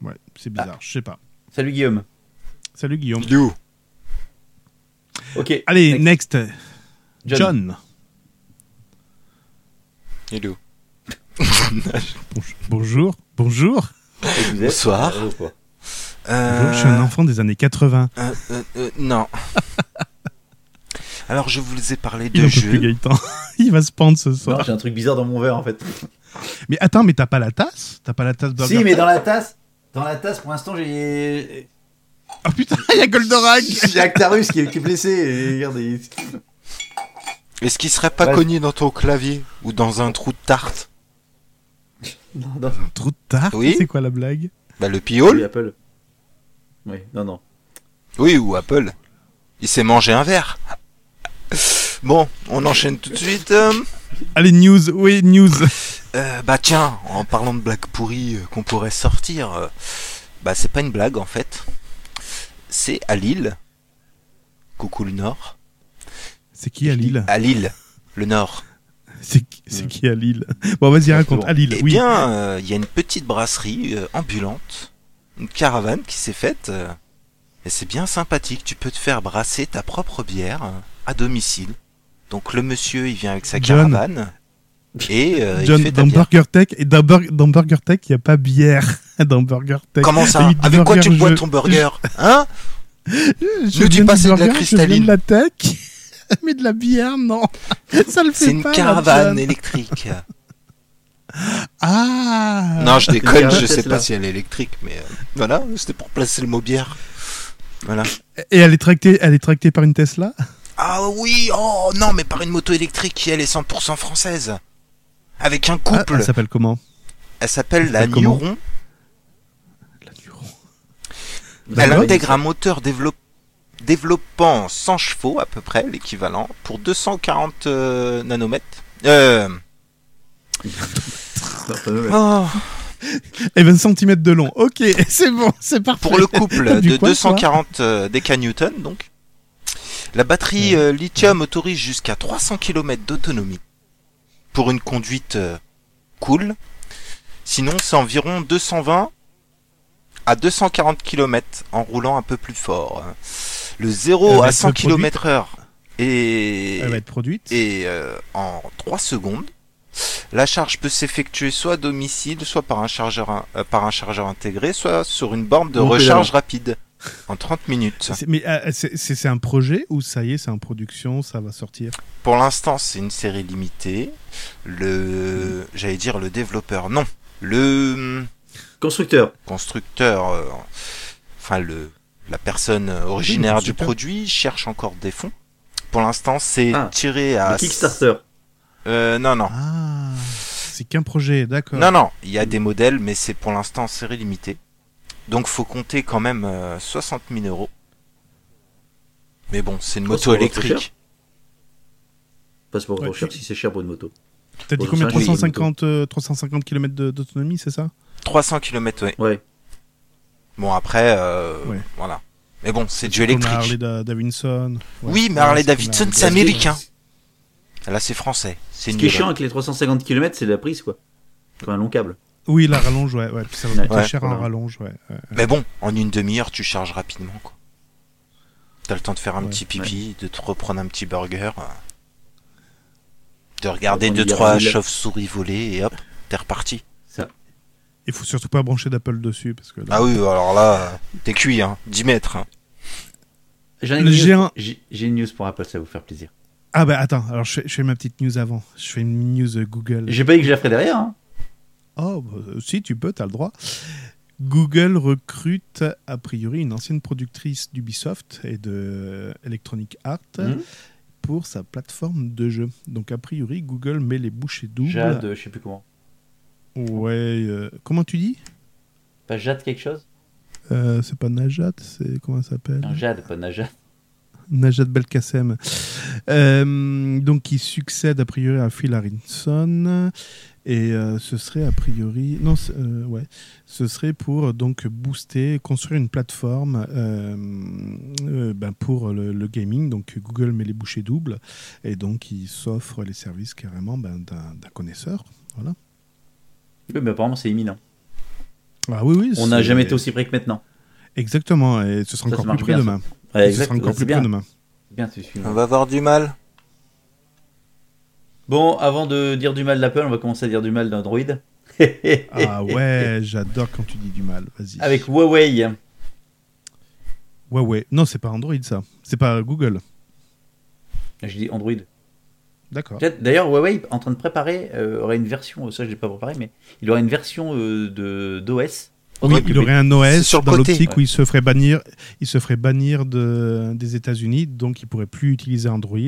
Speaker 4: Ouais, c'est bizarre, je sais pas.
Speaker 3: Salut Guillaume.
Speaker 4: Salut Guillaume.
Speaker 7: You.
Speaker 3: Ok.
Speaker 4: Allez, next, John.
Speaker 7: Il est où
Speaker 4: Bonj- Bonjour, bonjour.
Speaker 3: Et vous êtes-
Speaker 7: Bonsoir.
Speaker 3: Ah, ou quoi
Speaker 4: Bonjour, je suis un enfant des années 80.
Speaker 7: euh, euh, euh,
Speaker 4: *laughs*
Speaker 7: non. Alors je vous ai parlé
Speaker 4: Il est
Speaker 7: de
Speaker 4: un peu plus
Speaker 7: jeux.
Speaker 4: Gaëtan. *laughs* Il va se pendre ce
Speaker 3: Non,
Speaker 4: soir.
Speaker 3: j'ai un truc bizarre dans mon verre en fait.
Speaker 4: Mais attends, mais t'as pas la tasse T'as pas la tasse Burger
Speaker 3: si, mais dans la tasse, dans la tasse, pour l'instant, j'ai.
Speaker 4: Ah putain, *laughs* il y a Goldorak
Speaker 3: J'ai Actarus qui est, qui est blessé. Et regarde, il-
Speaker 7: Est-ce qu'il serait pas
Speaker 3: Ouais.
Speaker 7: cogné dans ton clavier ou dans un trou de tarte
Speaker 3: Non, non,
Speaker 4: Trop tard,
Speaker 7: Oui.
Speaker 4: c'est quoi la blague
Speaker 7: Bah le piole.
Speaker 3: oui, Apple. Oui, non, non.
Speaker 7: Oui, ou Apple. Il s'est mangé un verre. Bon, on enchaîne tout de suite. euh.
Speaker 4: Allez, news, oui, news.
Speaker 7: Euh, bah tiens, en parlant de blagues pourries euh, qu'on pourrait sortir, euh, bah c'est pas une blague en fait. C'est à Lille. Coucou le Nord.
Speaker 4: C'est qui à Lille
Speaker 7: À Lille, le Nord.
Speaker 4: C'est qui, c'est qui à Lille Bon, vas-y, raconte. À Lille,
Speaker 7: Eh
Speaker 4: oui.
Speaker 7: bien, euh, il y a une petite brasserie euh, ambulante, une caravane qui s'est faite. euh, et c'est bien sympathique, tu peux te faire brasser ta propre bière euh, à domicile. Donc le monsieur, il vient avec sa
Speaker 4: John.
Speaker 7: caravane. Et euh,
Speaker 4: John,
Speaker 7: il fait ta
Speaker 4: dans
Speaker 7: bière.
Speaker 4: Burger Tech, et dans, Bur- dans Burger Tech, il n'y a pas bière. *laughs* Dans Burger Tech.
Speaker 7: Comment ça
Speaker 4: Oui,
Speaker 7: Avec quoi tu
Speaker 4: burger,
Speaker 7: bois
Speaker 4: je-
Speaker 7: ton burger Hein
Speaker 4: *laughs* Je
Speaker 7: Nous, tu
Speaker 4: viens du
Speaker 7: passes de la
Speaker 4: Burger, je viens
Speaker 7: cristalline.
Speaker 4: de la tech, *laughs* mais de la bière, non. *laughs* Ça le fait pas.
Speaker 7: C'est une
Speaker 4: la
Speaker 7: caravane
Speaker 4: John. *laughs*
Speaker 7: électrique.
Speaker 4: Ah
Speaker 7: Non, je déconne,
Speaker 3: caravane
Speaker 7: je sais
Speaker 3: Tesla.
Speaker 7: pas si elle est électrique, mais euh, voilà, c'était pour placer le mot bière. Voilà.
Speaker 4: Et elle est, tractée, elle est tractée par une Tesla
Speaker 7: Ah oui, oh non, mais par une moto électrique qui elle est 100% française. Avec un
Speaker 4: Ah,
Speaker 7: couple.
Speaker 4: Elle s'appelle comment
Speaker 7: elle s'appelle la
Speaker 4: s'appelle comment
Speaker 7: Neuron.
Speaker 4: La
Speaker 7: Elle
Speaker 4: D'accord.
Speaker 7: intègre un moteur développ- développant 100 chevaux à peu près, l'équivalent, pour 240 euh, nanomètres. Euh...
Speaker 3: Non, pas mal.
Speaker 7: oh,
Speaker 4: Et 20 cm Eh ben, de long. Ok, *laughs* c'est bon, c'est parfait.
Speaker 7: pour le
Speaker 4: *laughs*
Speaker 7: couple
Speaker 4: Du
Speaker 7: de
Speaker 4: quoi,
Speaker 7: 240 euh, décanewtons, donc. La batterie euh, lithium autorise jusqu'à 300 km d'autonomie pour une conduite euh, cool. Sinon, c'est environ 220 à 240 km en roulant un peu plus fort. Le 0
Speaker 4: Elle va
Speaker 7: à
Speaker 4: être
Speaker 7: 100
Speaker 4: reproduite.
Speaker 7: km heure est,
Speaker 4: Elle va être produite.
Speaker 7: et euh, en 3 secondes. La charge peut s'effectuer soit à domicile, soit par un chargeur, in- euh, par un chargeur intégré, soit sur une borne de
Speaker 3: Bon
Speaker 7: recharge rapide en 30 minutes.
Speaker 4: C'est- Mais euh, c'est- c'est c'est un projet ou ça y est, c'est en production, ça va sortir
Speaker 7: Pour l'instant, c'est une série limitée. Le, j'allais dire le développeur, non, le hum,
Speaker 3: Constructeur.
Speaker 7: constructeur, euh, enfin le, la personne originaire du
Speaker 4: constructeur.
Speaker 7: produit cherche encore des fonds. Pour l'instant, c'est
Speaker 3: Ah,
Speaker 7: tiré à
Speaker 3: Le Kickstarter.
Speaker 7: Euh, non, non.
Speaker 4: Ah C'est qu'un projet, d'accord.
Speaker 7: Non, non, il y a des modèles, mais c'est pour l'instant en série limitée. Donc faut compter quand même euh, 60 000 euros. Mais bon, c'est une
Speaker 3: Oh,
Speaker 7: moto
Speaker 3: c'est pas trop
Speaker 7: électrique.
Speaker 3: Pas pour
Speaker 4: Ouais,
Speaker 3: trop cher
Speaker 4: tu-
Speaker 3: si c'est cher pour une moto.
Speaker 4: T'as dit
Speaker 3: Bon,
Speaker 4: combien
Speaker 3: ça, oui,
Speaker 4: 350, euh, 350 km d'autonomie, c'est ça
Speaker 7: 300 km, ouais.
Speaker 3: Ouais.
Speaker 7: Bon, après, euh,
Speaker 4: Ouais.
Speaker 7: voilà. Mais bon, c'est du
Speaker 4: Comme la
Speaker 7: électrique.
Speaker 4: Harley da- Davidson. Ouais.
Speaker 7: Oui, mais
Speaker 4: Ouais,
Speaker 7: Harley
Speaker 4: c'est comme la
Speaker 7: Davidson, c'est
Speaker 4: Harley-
Speaker 7: américain. Là, c'est français. C'est
Speaker 3: Ce qui est
Speaker 7: nul.
Speaker 3: chiant avec les 350 km, c'est la prise, quoi. Enfin, un long câble.
Speaker 4: Oui, la rallonge, ouais. ouais. Puis ça va
Speaker 3: Ouais.
Speaker 4: coûter
Speaker 7: Ouais.
Speaker 4: cher en rallonge, ouais. ouais.
Speaker 7: Mais bon, en une demi-heure, tu charges rapidement, quoi. T'as le temps de faire un
Speaker 4: Ouais,
Speaker 7: petit pipi, de te reprendre un petit burger, euh, de regarder
Speaker 3: On
Speaker 7: deux
Speaker 3: y
Speaker 7: trois
Speaker 3: arrive.
Speaker 7: chauves-souris voler et hop, t'es reparti.
Speaker 4: Il faut surtout pas brancher d'Apple dessus parce que là-
Speaker 7: Ah oui, alors là, euh, t'es cuit, hein, 10 mètres. hein.
Speaker 3: J'en ai
Speaker 4: Le
Speaker 3: une
Speaker 4: géant.
Speaker 3: news. J'ai j'ai une news pour Apple, ça va vous faire plaisir.
Speaker 4: Ah bah attends, alors je fais, je fais ma petite news avant. Je fais une news euh, Google.
Speaker 3: J'ai pas dit que je la ferais derrière. Hein.
Speaker 4: Oh, bah, si tu peux, t'as le droit. Google recrute a priori une ancienne productrice d'Ubisoft et de Electronic Arts
Speaker 3: Mhm.
Speaker 4: pour sa plateforme de jeu. Donc a priori, Google met les bouchées doubles.
Speaker 3: Jade, euh, je sais plus comment.
Speaker 4: Ouais, euh, comment tu dis
Speaker 3: Pas Jade quelque chose
Speaker 4: Euh, C'est pas Najat, c'est comment ça s'appelle
Speaker 3: Non, Jade, pas Najat.
Speaker 4: Najat Belkacem. Euh, donc, qui succède a priori à Phil Harrison. Et euh, ce serait a priori. Non, c'est- euh, ouais. Ce serait pour euh, donc booster, construire une plateforme euh, euh, ben, pour le, le gaming. Donc, Google met les bouchées doubles. Et donc, il s'offre les services carrément ben, d'un d'un connaisseur. Voilà.
Speaker 3: Oui, mais apparemment, c'est imminent.
Speaker 4: Ah oui, oui.
Speaker 3: On n'a
Speaker 4: c'est-
Speaker 3: jamais été aussi près que maintenant.
Speaker 4: Exactement. Et ce sera
Speaker 3: Ça, ça
Speaker 4: encore
Speaker 3: marche
Speaker 4: plus près
Speaker 3: bien,
Speaker 4: demain.
Speaker 3: Ouais,
Speaker 4: ce sera
Speaker 3: exactement.
Speaker 4: encore
Speaker 3: C'est
Speaker 4: plus
Speaker 3: bien.
Speaker 4: près
Speaker 3: *laughs*
Speaker 4: demain.
Speaker 3: Bien, tu suis.
Speaker 7: On va avoir du mal.
Speaker 3: Bon, avant de dire du mal d'Apple, on va commencer à dire du mal d'Android.
Speaker 4: Ah ouais, j'adore quand tu dis du mal.
Speaker 3: *laughs*
Speaker 4: Vas-y.
Speaker 3: Avec Huawei.
Speaker 4: Ouais, ouais. Non, c'est pas Android, ça. C'est pas Google.
Speaker 3: Je dis Android.
Speaker 4: D'accord.
Speaker 3: Peut-être- D'ailleurs, Huawei est en train de préparer, euh, aurait une version, ça je l'ai pas préparé, mais il aurait une version euh, de d'OS.
Speaker 4: Oui, il aurait un OS
Speaker 7: C'est sur le
Speaker 4: dans
Speaker 7: côté.
Speaker 4: l'optique où il se ferait bannir, il se ferait bannir de, des États-Unis, donc il pourrait plus utiliser Android.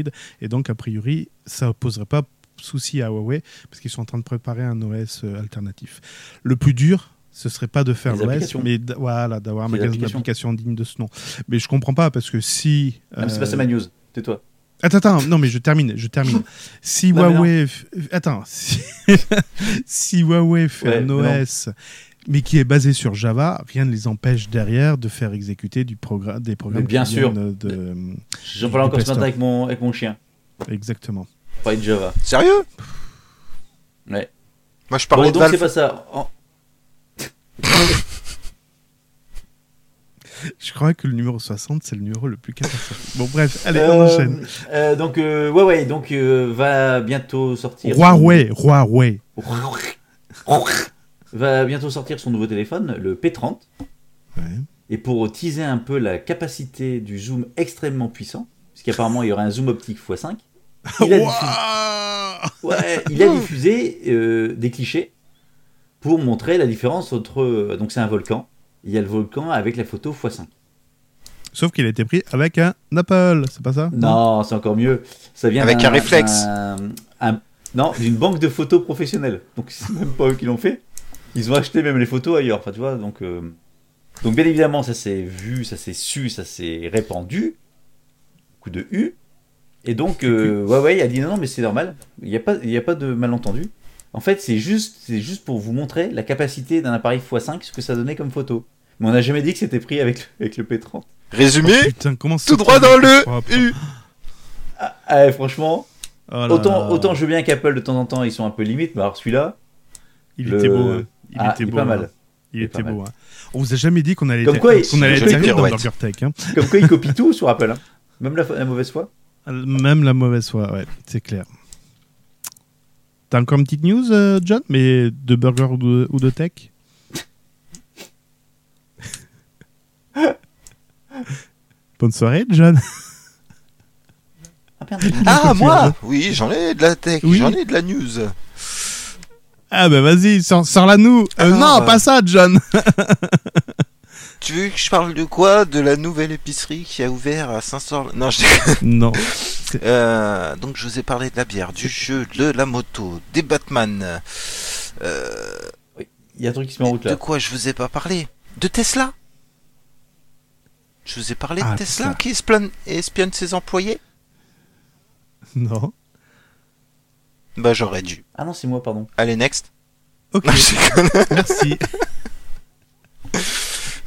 Speaker 4: Et donc, a priori, ça poserait pas souci à Huawei parce qu'ils sont en train de préparer un OS euh, alternatif. Le plus dur, ce serait pas de faire
Speaker 3: Les
Speaker 4: l'OS,
Speaker 3: applications.
Speaker 4: mais d- voilà, d'avoir un
Speaker 3: Les
Speaker 4: magasin
Speaker 3: applications.
Speaker 4: d'applications digne de ce nom. Mais je comprends pas parce que si.
Speaker 3: Ah, mais c'est
Speaker 4: euh,
Speaker 3: pas ça ma news, tais-toi.
Speaker 4: Attends, attends, non mais je termine,
Speaker 3: *laughs*
Speaker 4: je termine. Si
Speaker 3: Non, mais
Speaker 4: Huawei, f- attends, *laughs* si, si Huawei fait
Speaker 3: Ouais,
Speaker 4: un
Speaker 3: mais non.
Speaker 4: OS mais qui est basé sur Java, rien ne les empêche derrière de faire exécuter du progr- des programmes.
Speaker 3: Mais bien
Speaker 4: qui
Speaker 3: sûr.
Speaker 4: viennent de...
Speaker 3: J'en parlais encore ce
Speaker 4: Pestin.
Speaker 3: matin avec mon, avec mon chien.
Speaker 4: Exactement.
Speaker 3: Pas de Java.
Speaker 7: Sérieux
Speaker 3: Ouais.
Speaker 7: Moi je
Speaker 3: Bon,
Speaker 7: parlais de
Speaker 3: donc c'est
Speaker 7: Valve.
Speaker 3: pas ça. En-
Speaker 4: Je crois que le numéro 60 c'est le numéro le plus catastrophique. bon bref, allez on
Speaker 3: Euh,
Speaker 4: enchaîne.
Speaker 3: euh, donc euh, Huawei donc, euh, va bientôt sortir.
Speaker 4: Huawei, Huawei.
Speaker 3: *laughs* va bientôt sortir son nouveau téléphone, le P30.
Speaker 4: Ouais.
Speaker 3: Et pour teaser un peu la capacité du zoom extrêmement puissant, puisqu'apparemment il y aura un zoom optique x5,
Speaker 4: *laughs*
Speaker 3: il a diffusé,
Speaker 4: Ouah
Speaker 3: ouais, il a diffusé, euh, des clichés pour montrer la différence entre. euh, Donc c'est un volcan, il y a le volcan avec la photo x5.
Speaker 4: Sauf qu'il a été pris avec un Apple, c'est pas ça
Speaker 3: Non, c'est encore mieux. Ça vient
Speaker 7: Avec
Speaker 3: d'un-
Speaker 7: un réflexe.
Speaker 3: d'un- un- non, d'une banque de photos professionnelles. Donc *laughs* c'est même pas eux qui l'ont fait. Ils ont acheté même les photos ailleurs. Enfin, tu vois, donc. euh, Donc bien évidemment, ça s'est vu, ça s'est su, ça s'est répandu. Coup de U. Et donc euh, Huawei a dit non, non mais c'est normal. Il n'y a pas, il y a pas de malentendu. En fait, c'est juste, c'est juste pour vous montrer la capacité d'un appareil x5, ce que ça donnait comme photo. Mais on n'a jamais dit que c'était pris avec, le- avec le P30. *laughs*
Speaker 7: Résumé,
Speaker 4: Oh, Putain, comment c'est
Speaker 7: tout droit dans le
Speaker 4: propre.
Speaker 7: U.
Speaker 3: Ah, eh, franchement,
Speaker 4: Oh là
Speaker 3: Autant,
Speaker 4: là.
Speaker 3: autant je veux bien qu'Apple de temps en temps ils sont un peu limites, mais alors celui-là,
Speaker 4: Il
Speaker 3: le-
Speaker 4: était beau. hein. Il
Speaker 3: ah,
Speaker 4: était
Speaker 3: il est
Speaker 4: beau.
Speaker 3: pas
Speaker 4: hein.
Speaker 3: mal.
Speaker 4: Il,
Speaker 3: Il est
Speaker 4: était
Speaker 3: pas
Speaker 4: beau. hein. On vous a jamais dit qu'on allait
Speaker 3: Comme
Speaker 4: être-
Speaker 3: quoi,
Speaker 4: qu'on allait
Speaker 7: je
Speaker 4: être
Speaker 7: l'ai
Speaker 4: sérieux dans
Speaker 7: pirouette.
Speaker 4: Burger Tech. hein.
Speaker 3: *laughs* comme quoi ils copient tout sur Apple, hein. même la, la mauvaise foi.
Speaker 4: Même la mauvaise foi, ouais, c'est clair. T'as encore une petite news, euh, John Mais de burger ou de, ou
Speaker 3: *laughs*
Speaker 4: de tech Bonne soirée, John.
Speaker 3: Ah merde, il
Speaker 7: Ah
Speaker 4: coupé,
Speaker 7: moi
Speaker 4: hein.
Speaker 7: Oui, j'en ai de la tech,
Speaker 4: Oui.
Speaker 7: j'en ai de la news.
Speaker 4: Ah bah vas-y, sors- sors-la nous. Euh,
Speaker 3: Ah,
Speaker 7: Alors,
Speaker 4: non,
Speaker 3: bah.
Speaker 7: euh,
Speaker 4: pas ça, John.
Speaker 7: Tu veux que je parle de quoi De la nouvelle épicerie qui a ouvert à saint sort Non, je
Speaker 3: *laughs*
Speaker 4: non.
Speaker 7: Euh, donc je vous ai parlé de la bière, du jeu, de la moto, des Batman. Euh,
Speaker 3: y a un truc qui se met en route
Speaker 7: de
Speaker 3: là.
Speaker 7: quoi je vous ai pas parlé De Tesla Je vous ai parlé
Speaker 4: Ah,
Speaker 7: de Tesla,
Speaker 4: Tesla.
Speaker 7: qui espionne, espionne ses employés
Speaker 4: *laughs* Non.
Speaker 7: Bah j'aurais dû.
Speaker 3: Ah non, c'est moi, pardon.
Speaker 7: Allez, next.
Speaker 4: Ok,
Speaker 7: Non, je déconne.
Speaker 4: merci.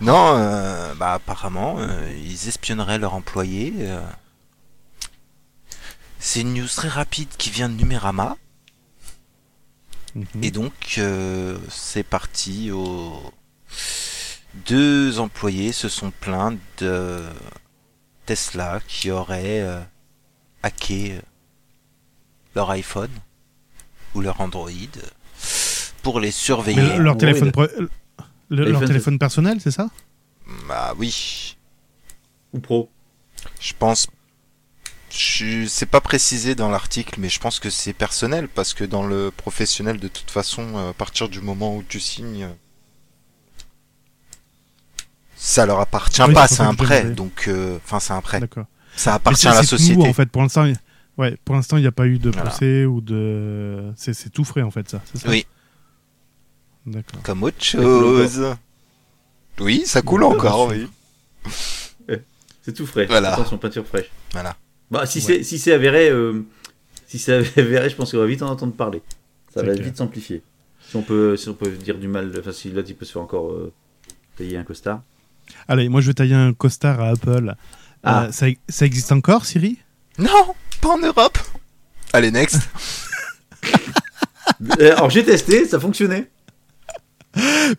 Speaker 7: Non, euh, bah apparemment, euh, ils espionneraient leurs employés. euh. C'est une news très rapide qui vient de Numérama.
Speaker 4: Mhm.
Speaker 7: Et donc, euh, c'est parti. Au... Deux employés se sont plaints de Tesla qui aurait euh, hacké euh, leur iPhone ou leur Android pour les
Speaker 4: Mais
Speaker 7: surveiller.
Speaker 4: le- leur,
Speaker 3: Android.
Speaker 4: téléphone pro- le- leur
Speaker 3: Téléphone-
Speaker 4: téléphone personnel, c'est ça
Speaker 7: Bah oui,
Speaker 3: Ou pro.
Speaker 7: je pense. Je- C'est pas précisé dans l'article, mais je pense que c'est personnel parce que dans le professionnel, de toute façon, euh, à partir du moment où tu signes, euh, ça leur appartient
Speaker 4: Oui,
Speaker 7: pas,
Speaker 4: c'est pour
Speaker 7: c'est
Speaker 4: ça que
Speaker 7: un
Speaker 4: je
Speaker 7: prêt.
Speaker 4: demandais.
Speaker 7: Donc, euh, enfin, c'est un prêt.
Speaker 4: D'accord.
Speaker 7: Ça
Speaker 4: Mais
Speaker 7: appartient
Speaker 4: c'est-
Speaker 7: à la
Speaker 4: c'est tout
Speaker 7: société.
Speaker 4: nouveau, en fait, pour l'instant, il- ouais, pour l'instant, il n'y a pas eu de
Speaker 7: Voilà.
Speaker 4: procès ou de. C'est c'est tout frais, en fait, ça. c'est ça
Speaker 7: Oui.
Speaker 4: D'accord.
Speaker 7: Comme autre chose. Oui, ça coule encore. Oui.
Speaker 3: C'est tout frais.
Speaker 7: Voilà.
Speaker 3: Attention, peinture fraîche.
Speaker 7: Voilà.
Speaker 3: Bah, si
Speaker 4: Ouais.
Speaker 3: c'est si c'est avéré, euh, si c'est *laughs* avéré, je pense qu'on va vite en entendre parler. Ça
Speaker 4: C'est
Speaker 3: va
Speaker 4: clair.
Speaker 3: vite s'amplifier. Si on peut, si on peut dire du mal, enfin si l'autre il peut se faire encore euh, payer un costard.
Speaker 4: *laughs* Allez, moi, je vais tailler un costard à Apple.
Speaker 3: Ah.
Speaker 4: Euh, ça, ça existe encore, Siri
Speaker 7: Non, pas en Europe. Allez, next.
Speaker 3: Euh, alors j'ai testé, ça fonctionnait.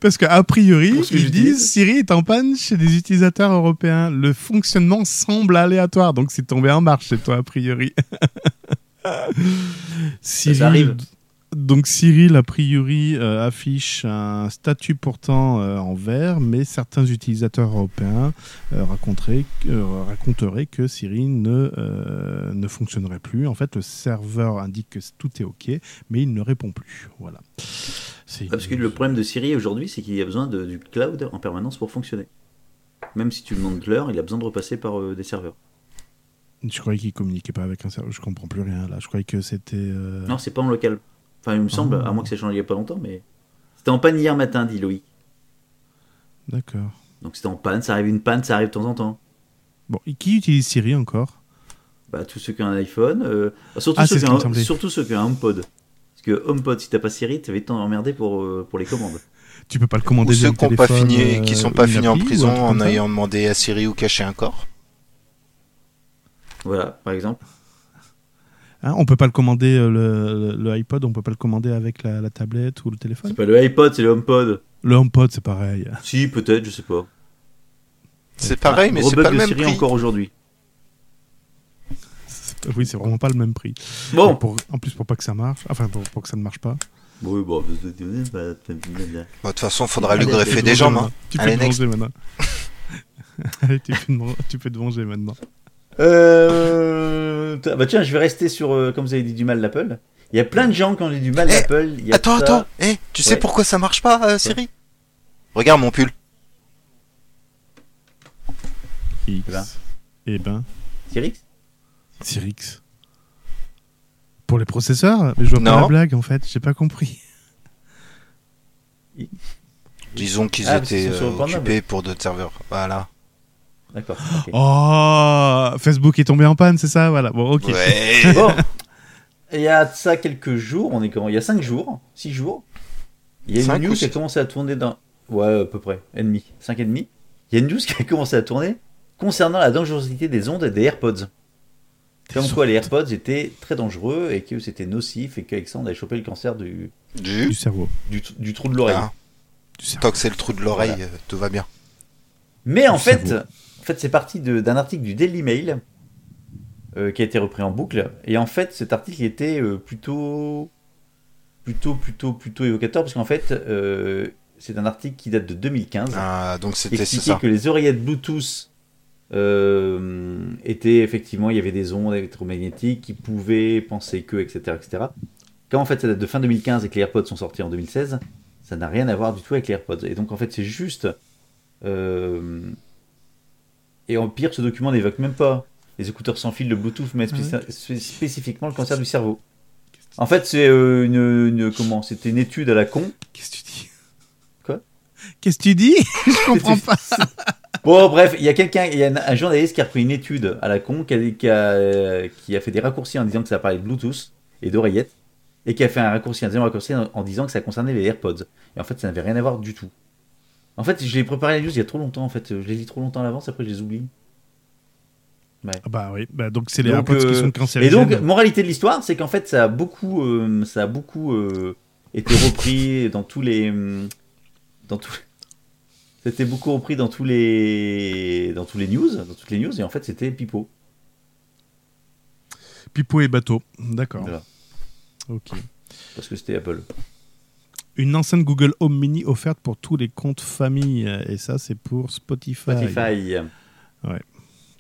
Speaker 4: Parce que, a priori,
Speaker 3: Pour ce que
Speaker 4: ils
Speaker 3: j'utilise.
Speaker 4: disent Siri est en panne chez les utilisateurs européens. Le fonctionnement semble aléatoire, donc c'est tombé en marche chez toi, a priori. *laughs* Siri,
Speaker 3: arrive.
Speaker 4: Donc Cyril, a priori, euh, affiche un statut pourtant euh, en vert, mais certains utilisateurs européens euh, raconteraient, euh, raconteraient que Cyril ne, euh, ne fonctionnerait plus. En fait, le serveur indique que tout est OK, mais il ne répond plus. Voilà. C'est-
Speaker 3: Ah, Parce que le problème de Siri aujourd'hui, c'est qu'il y a besoin de- du cloud en permanence pour fonctionner. Même si tu demandes de l'heure, il a besoin de repasser par euh, des serveurs.
Speaker 4: Je croyais qu'il communiquait pas avec un serveur. Je comprends plus rien là. Je croyais que c'était. euh,
Speaker 3: Non, c'est pas en local. Enfin, il me semble,
Speaker 4: Ah.
Speaker 3: à moins que ça change il y a pas longtemps, mais c'était en panne hier matin, dit Loïc.
Speaker 4: D'accord.
Speaker 3: Donc c'était en panne, ça arrive une panne, ça arrive de temps en temps.
Speaker 4: Bon, et qui utilise Siri encore
Speaker 3: Bah, tous ceux qui ont un iPhone, euh, surtout,
Speaker 4: Ah,
Speaker 3: ceux
Speaker 4: c'est
Speaker 3: qui ont,
Speaker 4: ce qui me semblait.
Speaker 3: surtout ceux qui ont un HomePod. Parce que HomePod, si t'as pas Siri, t'avais tant emmerdé pour, euh, pour les commandes.
Speaker 4: Tu peux pas le commander
Speaker 7: Ou ceux
Speaker 4: via
Speaker 7: qui
Speaker 4: le
Speaker 7: ont pas
Speaker 4: téléphone,
Speaker 7: fini,
Speaker 4: euh,
Speaker 7: qui sont
Speaker 4: ou
Speaker 7: pas
Speaker 4: une
Speaker 7: finis en
Speaker 4: appli, ou un
Speaker 7: prison
Speaker 4: truc comme
Speaker 7: en
Speaker 4: ça
Speaker 7: ayant demandé à Siri où cacher un corps.
Speaker 3: Voilà, par exemple.
Speaker 4: Hein, on peut pas le commander euh, le, le- le iPod, on peut pas le commander avec la, la tablette ou le téléphone.
Speaker 3: C'est pas le iPod, c'est le HomePod.
Speaker 4: Le HomePod, c'est pareil. *laughs*
Speaker 3: Si, peut-être, je sais pas.
Speaker 7: C'est pareil,
Speaker 3: Ah,
Speaker 7: mais
Speaker 3: gros
Speaker 7: c'est
Speaker 3: bug
Speaker 7: pas le
Speaker 3: de
Speaker 7: même
Speaker 3: Siri
Speaker 7: prix.
Speaker 3: encore aujourd'hui.
Speaker 4: C'est- Oui, c'est vraiment pas le même prix. Et
Speaker 3: Bon.
Speaker 4: pour- en plus, pour pas que ça marche, enfin pour, pour que ça ne marche pas.
Speaker 3: Oui, bon.
Speaker 7: Bah, De toute façon, faudra lui
Speaker 3: Allez,
Speaker 7: greffer
Speaker 3: allez,
Speaker 7: des
Speaker 4: Tu
Speaker 7: jambes.
Speaker 4: peux
Speaker 7: hein.
Speaker 4: te
Speaker 7: Allez, next.
Speaker 4: venger *laughs* maintenant. Allez, tu peux te venger- tu peux te venger maintenant.
Speaker 3: Euh... t- Bah tiens, je vais rester sur, euh, comme vous avez dit, du mal d'Apple. Il y a plein de gens qui ont dit du mal
Speaker 7: Eh,
Speaker 3: d'Apple. il y a
Speaker 7: Attends,
Speaker 3: ça.
Speaker 7: attends. Eh, tu sais
Speaker 3: Ouais.
Speaker 7: pourquoi ça marche pas, euh, Siri Regarde mon pull.
Speaker 4: X.
Speaker 3: ben.
Speaker 4: Eh ben.
Speaker 3: Siri
Speaker 4: Cyrix. Pour les processeurs Mais je vois pas
Speaker 7: Non.
Speaker 4: la blague en fait, j'ai pas compris.
Speaker 7: Disons qu'ils
Speaker 3: Ah, parce qu'ils
Speaker 7: étaient
Speaker 3: sont sur
Speaker 7: euh,
Speaker 3: le portable.
Speaker 7: occupés pour d'autres serveurs.
Speaker 3: *laughs*
Speaker 7: Voilà.
Speaker 3: D'accord. ok.
Speaker 4: Oh Facebook est tombé en panne, c'est ça Voilà, bon, ok.
Speaker 7: Ouais.
Speaker 3: Bon, il y a de ça quelques jours, on est comment Il y a 5 jours, 6 jours. Il y a
Speaker 7: Cinq
Speaker 3: une news
Speaker 7: ou
Speaker 3: qui a
Speaker 7: six
Speaker 3: commencé à tourner dans. Ouais, à peu près, et demi, 5 et demi. Il y a une news qui a commencé à tourner concernant la dangerosité des ondes et des AirPods. Comme quoi les AirPods étaient très dangereux et que c'était nocif et qu'Alexandre avait chopé le cancer du,
Speaker 4: Du
Speaker 7: Du.
Speaker 4: cerveau.
Speaker 3: du, tr- du trou de l'oreille.
Speaker 7: Ah,
Speaker 4: Du cerveau.
Speaker 7: tant que c'est le trou de l'oreille, euh, tout va bien.
Speaker 3: Mais en
Speaker 4: Le
Speaker 3: fait,
Speaker 4: cerveau.
Speaker 3: en fait c'est parti de- d'un article du Daily Mail euh, qui a été repris en boucle. Et en fait, cet article était euh, plutôt, plutôt, plutôt, plutôt évocateur parce qu'en fait, euh, c'est un article qui date de 2015.
Speaker 7: Ah, donc c'était c'est
Speaker 3: expliquait
Speaker 7: ça.
Speaker 3: que les oreillettes Bluetooth euh, étaient effectivement, il y avait des ondes électromagnétiques qui pouvaient penser que, etc., etc. Quand en fait ça date de fin 2015 et que les AirPods sont sortis en 2016, ça n'a rien à voir du tout avec les AirPods. Et donc en fait c'est juste. euh, Et en pire, ce document n'évoque même pas les écouteurs sans fil de Bluetooth, mais
Speaker 4: Ah ouais.
Speaker 3: spéci- spé- spécifiquement le cancer du cerveau. En fait, c'est euh, une, une- comment C'était une étude à la con.
Speaker 4: Qu'est-ce que tu dis
Speaker 3: Quoi
Speaker 4: Qu'est-ce que
Speaker 3: *laughs*
Speaker 4: tu dis Je comprends pas.
Speaker 3: Bon, bref, il y a quelqu'un, il y a un, un journaliste qui a repris une étude à la con, qui a, qui a- qui a fait des raccourcis en disant que ça parlait de Bluetooth et d'oreillettes, et qui a fait un raccourci, un deuxième raccourci en, en disant que ça concernait les AirPods. Et en fait, ça n'avait rien à voir du tout. En fait, je l'ai préparé la news il y a trop longtemps, en fait. Je les lis trop longtemps à l'avance, après je les oublie.
Speaker 4: *laughs* Ah Bah oui, bah, donc c'est les
Speaker 3: Donc,
Speaker 4: AirPods qui
Speaker 3: euh,
Speaker 4: sont
Speaker 3: Et
Speaker 4: cancérigènes.
Speaker 3: donc, moralité de l'histoire, c'est qu'en fait, ça a beaucoup, euh, ça a beaucoup euh, été repris dans tous les, hum, dans tout. C'était beaucoup repris dans tous les, dans tous les news, dans toutes les news, et en fait, c'était pipeau.
Speaker 4: Pipo et bateau. D'accord.
Speaker 3: Voilà.
Speaker 4: Ok.
Speaker 3: parce que c'était Apple.
Speaker 4: Ah, Une enceinte Google Home Mini offerte pour tous les comptes famille. Et ça, c'est pour Spotify.
Speaker 3: Spotify.
Speaker 4: Ouais.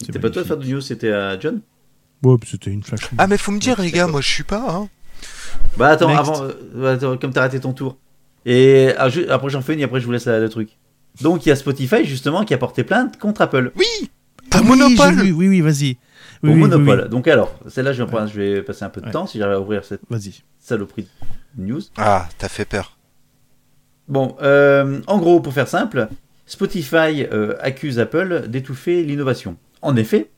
Speaker 4: C'est
Speaker 3: C'était pas toi
Speaker 4: magnifique.
Speaker 3: de faire de news, c'était à euh, John
Speaker 4: Ouais, puis c'était une flash.
Speaker 7: Ah, mais faut me dire, les gars, moi je suis pas. Hein.
Speaker 3: Bah attends,
Speaker 4: Next.
Speaker 3: avant, euh, attends, comme t'as raté ton tour. Et ah, je- après j'en fais une et après je vous laisse la- le truc. Donc il y a Spotify justement qui a porté plainte contre Apple
Speaker 7: Oui
Speaker 4: Ah
Speaker 7: Pour
Speaker 4: oui,
Speaker 7: Monopole
Speaker 4: j'ai vu, Oui, oui, vas-y. Oui,
Speaker 3: au
Speaker 4: oui, oui,
Speaker 3: monopole.
Speaker 4: oui.
Speaker 3: Donc alors, celle-là je vais, prendre- je vais passer un peu de
Speaker 4: Ouais.
Speaker 3: temps si j'arrive à ouvrir cette
Speaker 4: Vas-y.
Speaker 3: saloperie de news.
Speaker 7: Ah, t'as fait peur.
Speaker 3: Bon, euh, en gros, pour faire simple, Spotify euh, accuse Apple d'étouffer l'innovation. En effet,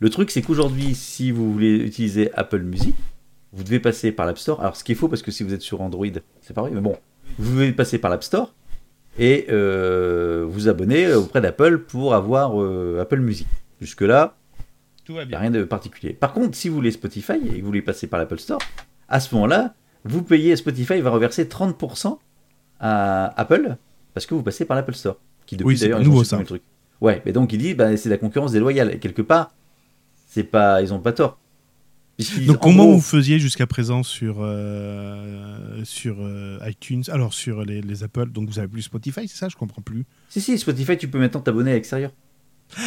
Speaker 3: le truc c'est qu'aujourd'hui, si vous voulez utiliser Apple Music, vous devez passer par l'App Store. Alors ce qui est faux, parce que si vous êtes sur Android, c'est pareil, mais bon, vous devez passer par l'App Store et euh, vous abonner auprès d'Apple pour avoir euh, Apple Music. Jusque-là,
Speaker 4: Tout va
Speaker 3: il n'y a rien de particulier. Par contre, si vous voulez Spotify et que vous voulez passer par l'Apple Store, à ce moment-là, vous payez, Spotify va reverser 30% à Apple parce que vous passez par l'Apple Store. Qui depuis
Speaker 4: Oui, c'est
Speaker 3: d'ailleurs,
Speaker 4: pas
Speaker 3: ils ont
Speaker 4: nouveau,
Speaker 3: supprimé
Speaker 4: ça.
Speaker 3: le truc. Ouais, mais donc il dit, bah, c'est de la concurrence déloyale. Et quelque part, c'est pas, ils ont pas tort. Puisqu'ils-
Speaker 4: Donc
Speaker 3: en
Speaker 4: comment
Speaker 3: gros,
Speaker 4: vous faisiez jusqu'à présent sur euh, sur euh, iTunes, alors sur les, les Apple, donc vous avez plus Spotify, c'est ça Je comprends plus.
Speaker 3: Si, si, Spotify, tu peux maintenant t'abonner à l'extérieur.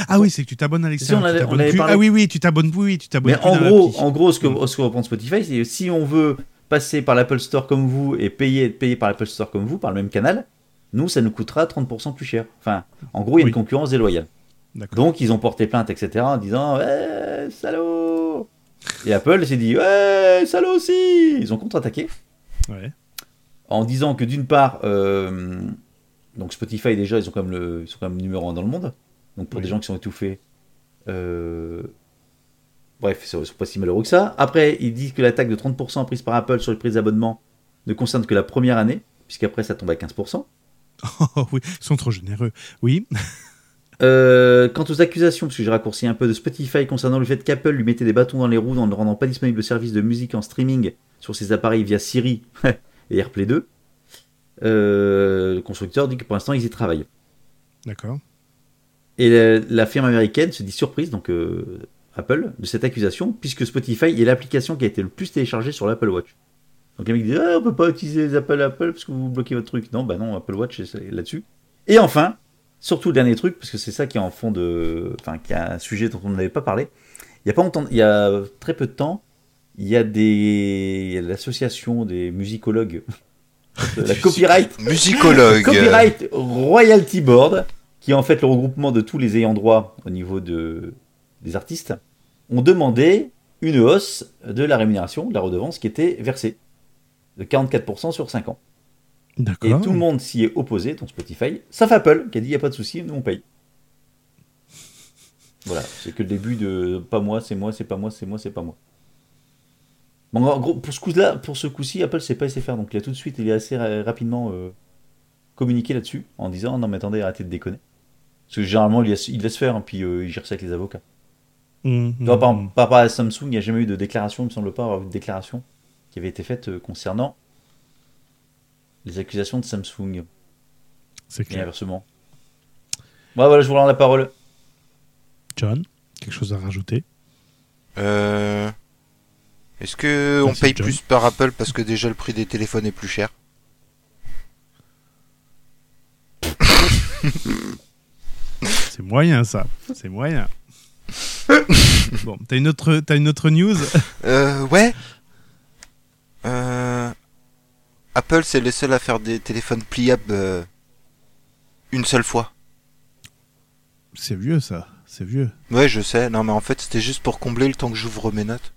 Speaker 4: Ah oui, c'est que tu t'abonnes à l'extérieur.
Speaker 3: on avait-
Speaker 4: tu
Speaker 3: on
Speaker 4: t'abonnes
Speaker 3: avait
Speaker 4: plus-
Speaker 3: parlé-
Speaker 4: Ah oui, oui, tu t'abonnes, oui, oui, tu t'abonnes.
Speaker 3: Mais
Speaker 4: plus
Speaker 3: en
Speaker 4: dans la
Speaker 3: gros,
Speaker 4: petite-
Speaker 3: en gros, ce que, ce que reprend Spotify, c'est si on veut passer par l'Apple Store comme vous et payer, payer par l'Apple Store comme vous, par le même canal, nous, ça nous coûtera 30% plus cher. Enfin, en gros, il y a
Speaker 4: Oui.
Speaker 3: une concurrence déloyale.
Speaker 4: D'accord.
Speaker 3: Donc, ils ont porté plainte, etc., en disant Ouais, salaud Et Apple s'est dit Ouais, salaud aussi Ils ont contre-attaqué
Speaker 4: Ouais.
Speaker 3: en disant que d'une part, euh, donc Spotify déjà, ils, ont quand même le, ils sont quand même numéro un dans le monde. Donc pour
Speaker 4: Oui.
Speaker 3: des gens qui sont étouffés, euh, bref, ils sont, ils sont pas si malheureux que ça. Après, ils disent que l'attaque de 30% prise par Apple sur les prises d'abonnement ne concerne que la première année, puisqu'après ça tombe à 15%.
Speaker 4: *laughs* Oh, oui, ils sont trop généreux. Oui. *laughs*
Speaker 3: Euh, quant aux accusations, parce que j'ai raccourci un peu, de Spotify concernant le fait qu'Apple lui mettait des bâtons dans les roues en ne rendant pas disponible le service de musique en streaming sur ses appareils via Siri *laughs* et AirPlay 2, euh, le constructeur dit que pour l'instant ils y travaillent.
Speaker 4: D'accord.
Speaker 3: Et la, la firme américaine se dit surprise, donc euh, Apple, de cette accusation, puisque Spotify est l'application qui a été le plus téléchargée sur l'Apple Watch. Donc les mecs disent ah, on peut pas utiliser les Apple Apple parce que vous bloquez votre truc. Non, bah non, Apple Watch c'est- c'est là-dessus. Et enfin, surtout le dernier truc, parce que c'est ça qui est en fond de. Enfin, qui est un sujet dont on n'avait pas parlé. Il y a pas longtemps, il y a très peu de temps, il y a des. il y a l'association des musicologues. *laughs* la copyright *laughs*
Speaker 7: Musicologue.
Speaker 3: Copyright Royalty Board, qui est en fait le regroupement de tous les ayants droit au niveau de, des artistes, ont demandé une hausse de la rémunération, de la redevance qui était versée, de 44% sur 5 ans. Et
Speaker 4: D'accord.
Speaker 3: tout le monde s'y est opposé, donc Spotify, sauf Apple, qui a dit il n'y a pas de souci, nous on paye. Voilà, c'est que le début de pas moi, c'est moi, c'est pas moi, c'est moi, c'est pas moi. Bon, en gros, pour ce coup-là, pour ce coup-ci, Apple sait pas laissé faire, donc il a tout de suite, il est assez ra- rapidement euh, communiqué là-dessus en disant non mais attendez, arrêtez de déconner. Parce que généralement, il laisse, il laisse faire, hein, puis euh, il gère ça avec les avocats.
Speaker 4: Mhm.
Speaker 3: Tu vois, par, par rapport à Samsung, il n'y a jamais eu de déclaration, il me semble pas avoir eu de déclaration qui avait été faite euh, concernant les accusations de Samsung.
Speaker 4: C'est
Speaker 3: Et
Speaker 4: clair.
Speaker 3: inversement. Bon, voilà, je vous rends la parole.
Speaker 4: John, quelque chose à rajouter
Speaker 7: Euh, Est-ce que on
Speaker 4: Merci,
Speaker 7: paye
Speaker 4: John.
Speaker 7: plus par Apple parce que déjà le prix des téléphones est plus cher
Speaker 4: C'est moyen ça.
Speaker 3: *laughs*
Speaker 4: C'est moyen. bon, t'as une autre, t'as une autre news *laughs*
Speaker 7: Euh, ouais. Euh... Apple, c'est les seuls à faire des téléphones pliables euh, une seule fois.
Speaker 4: C'est vieux ça. C'est vieux.
Speaker 7: Ouais, je sais. Non, mais en fait, c'était juste pour combler le temps que j'ouvre mes notes.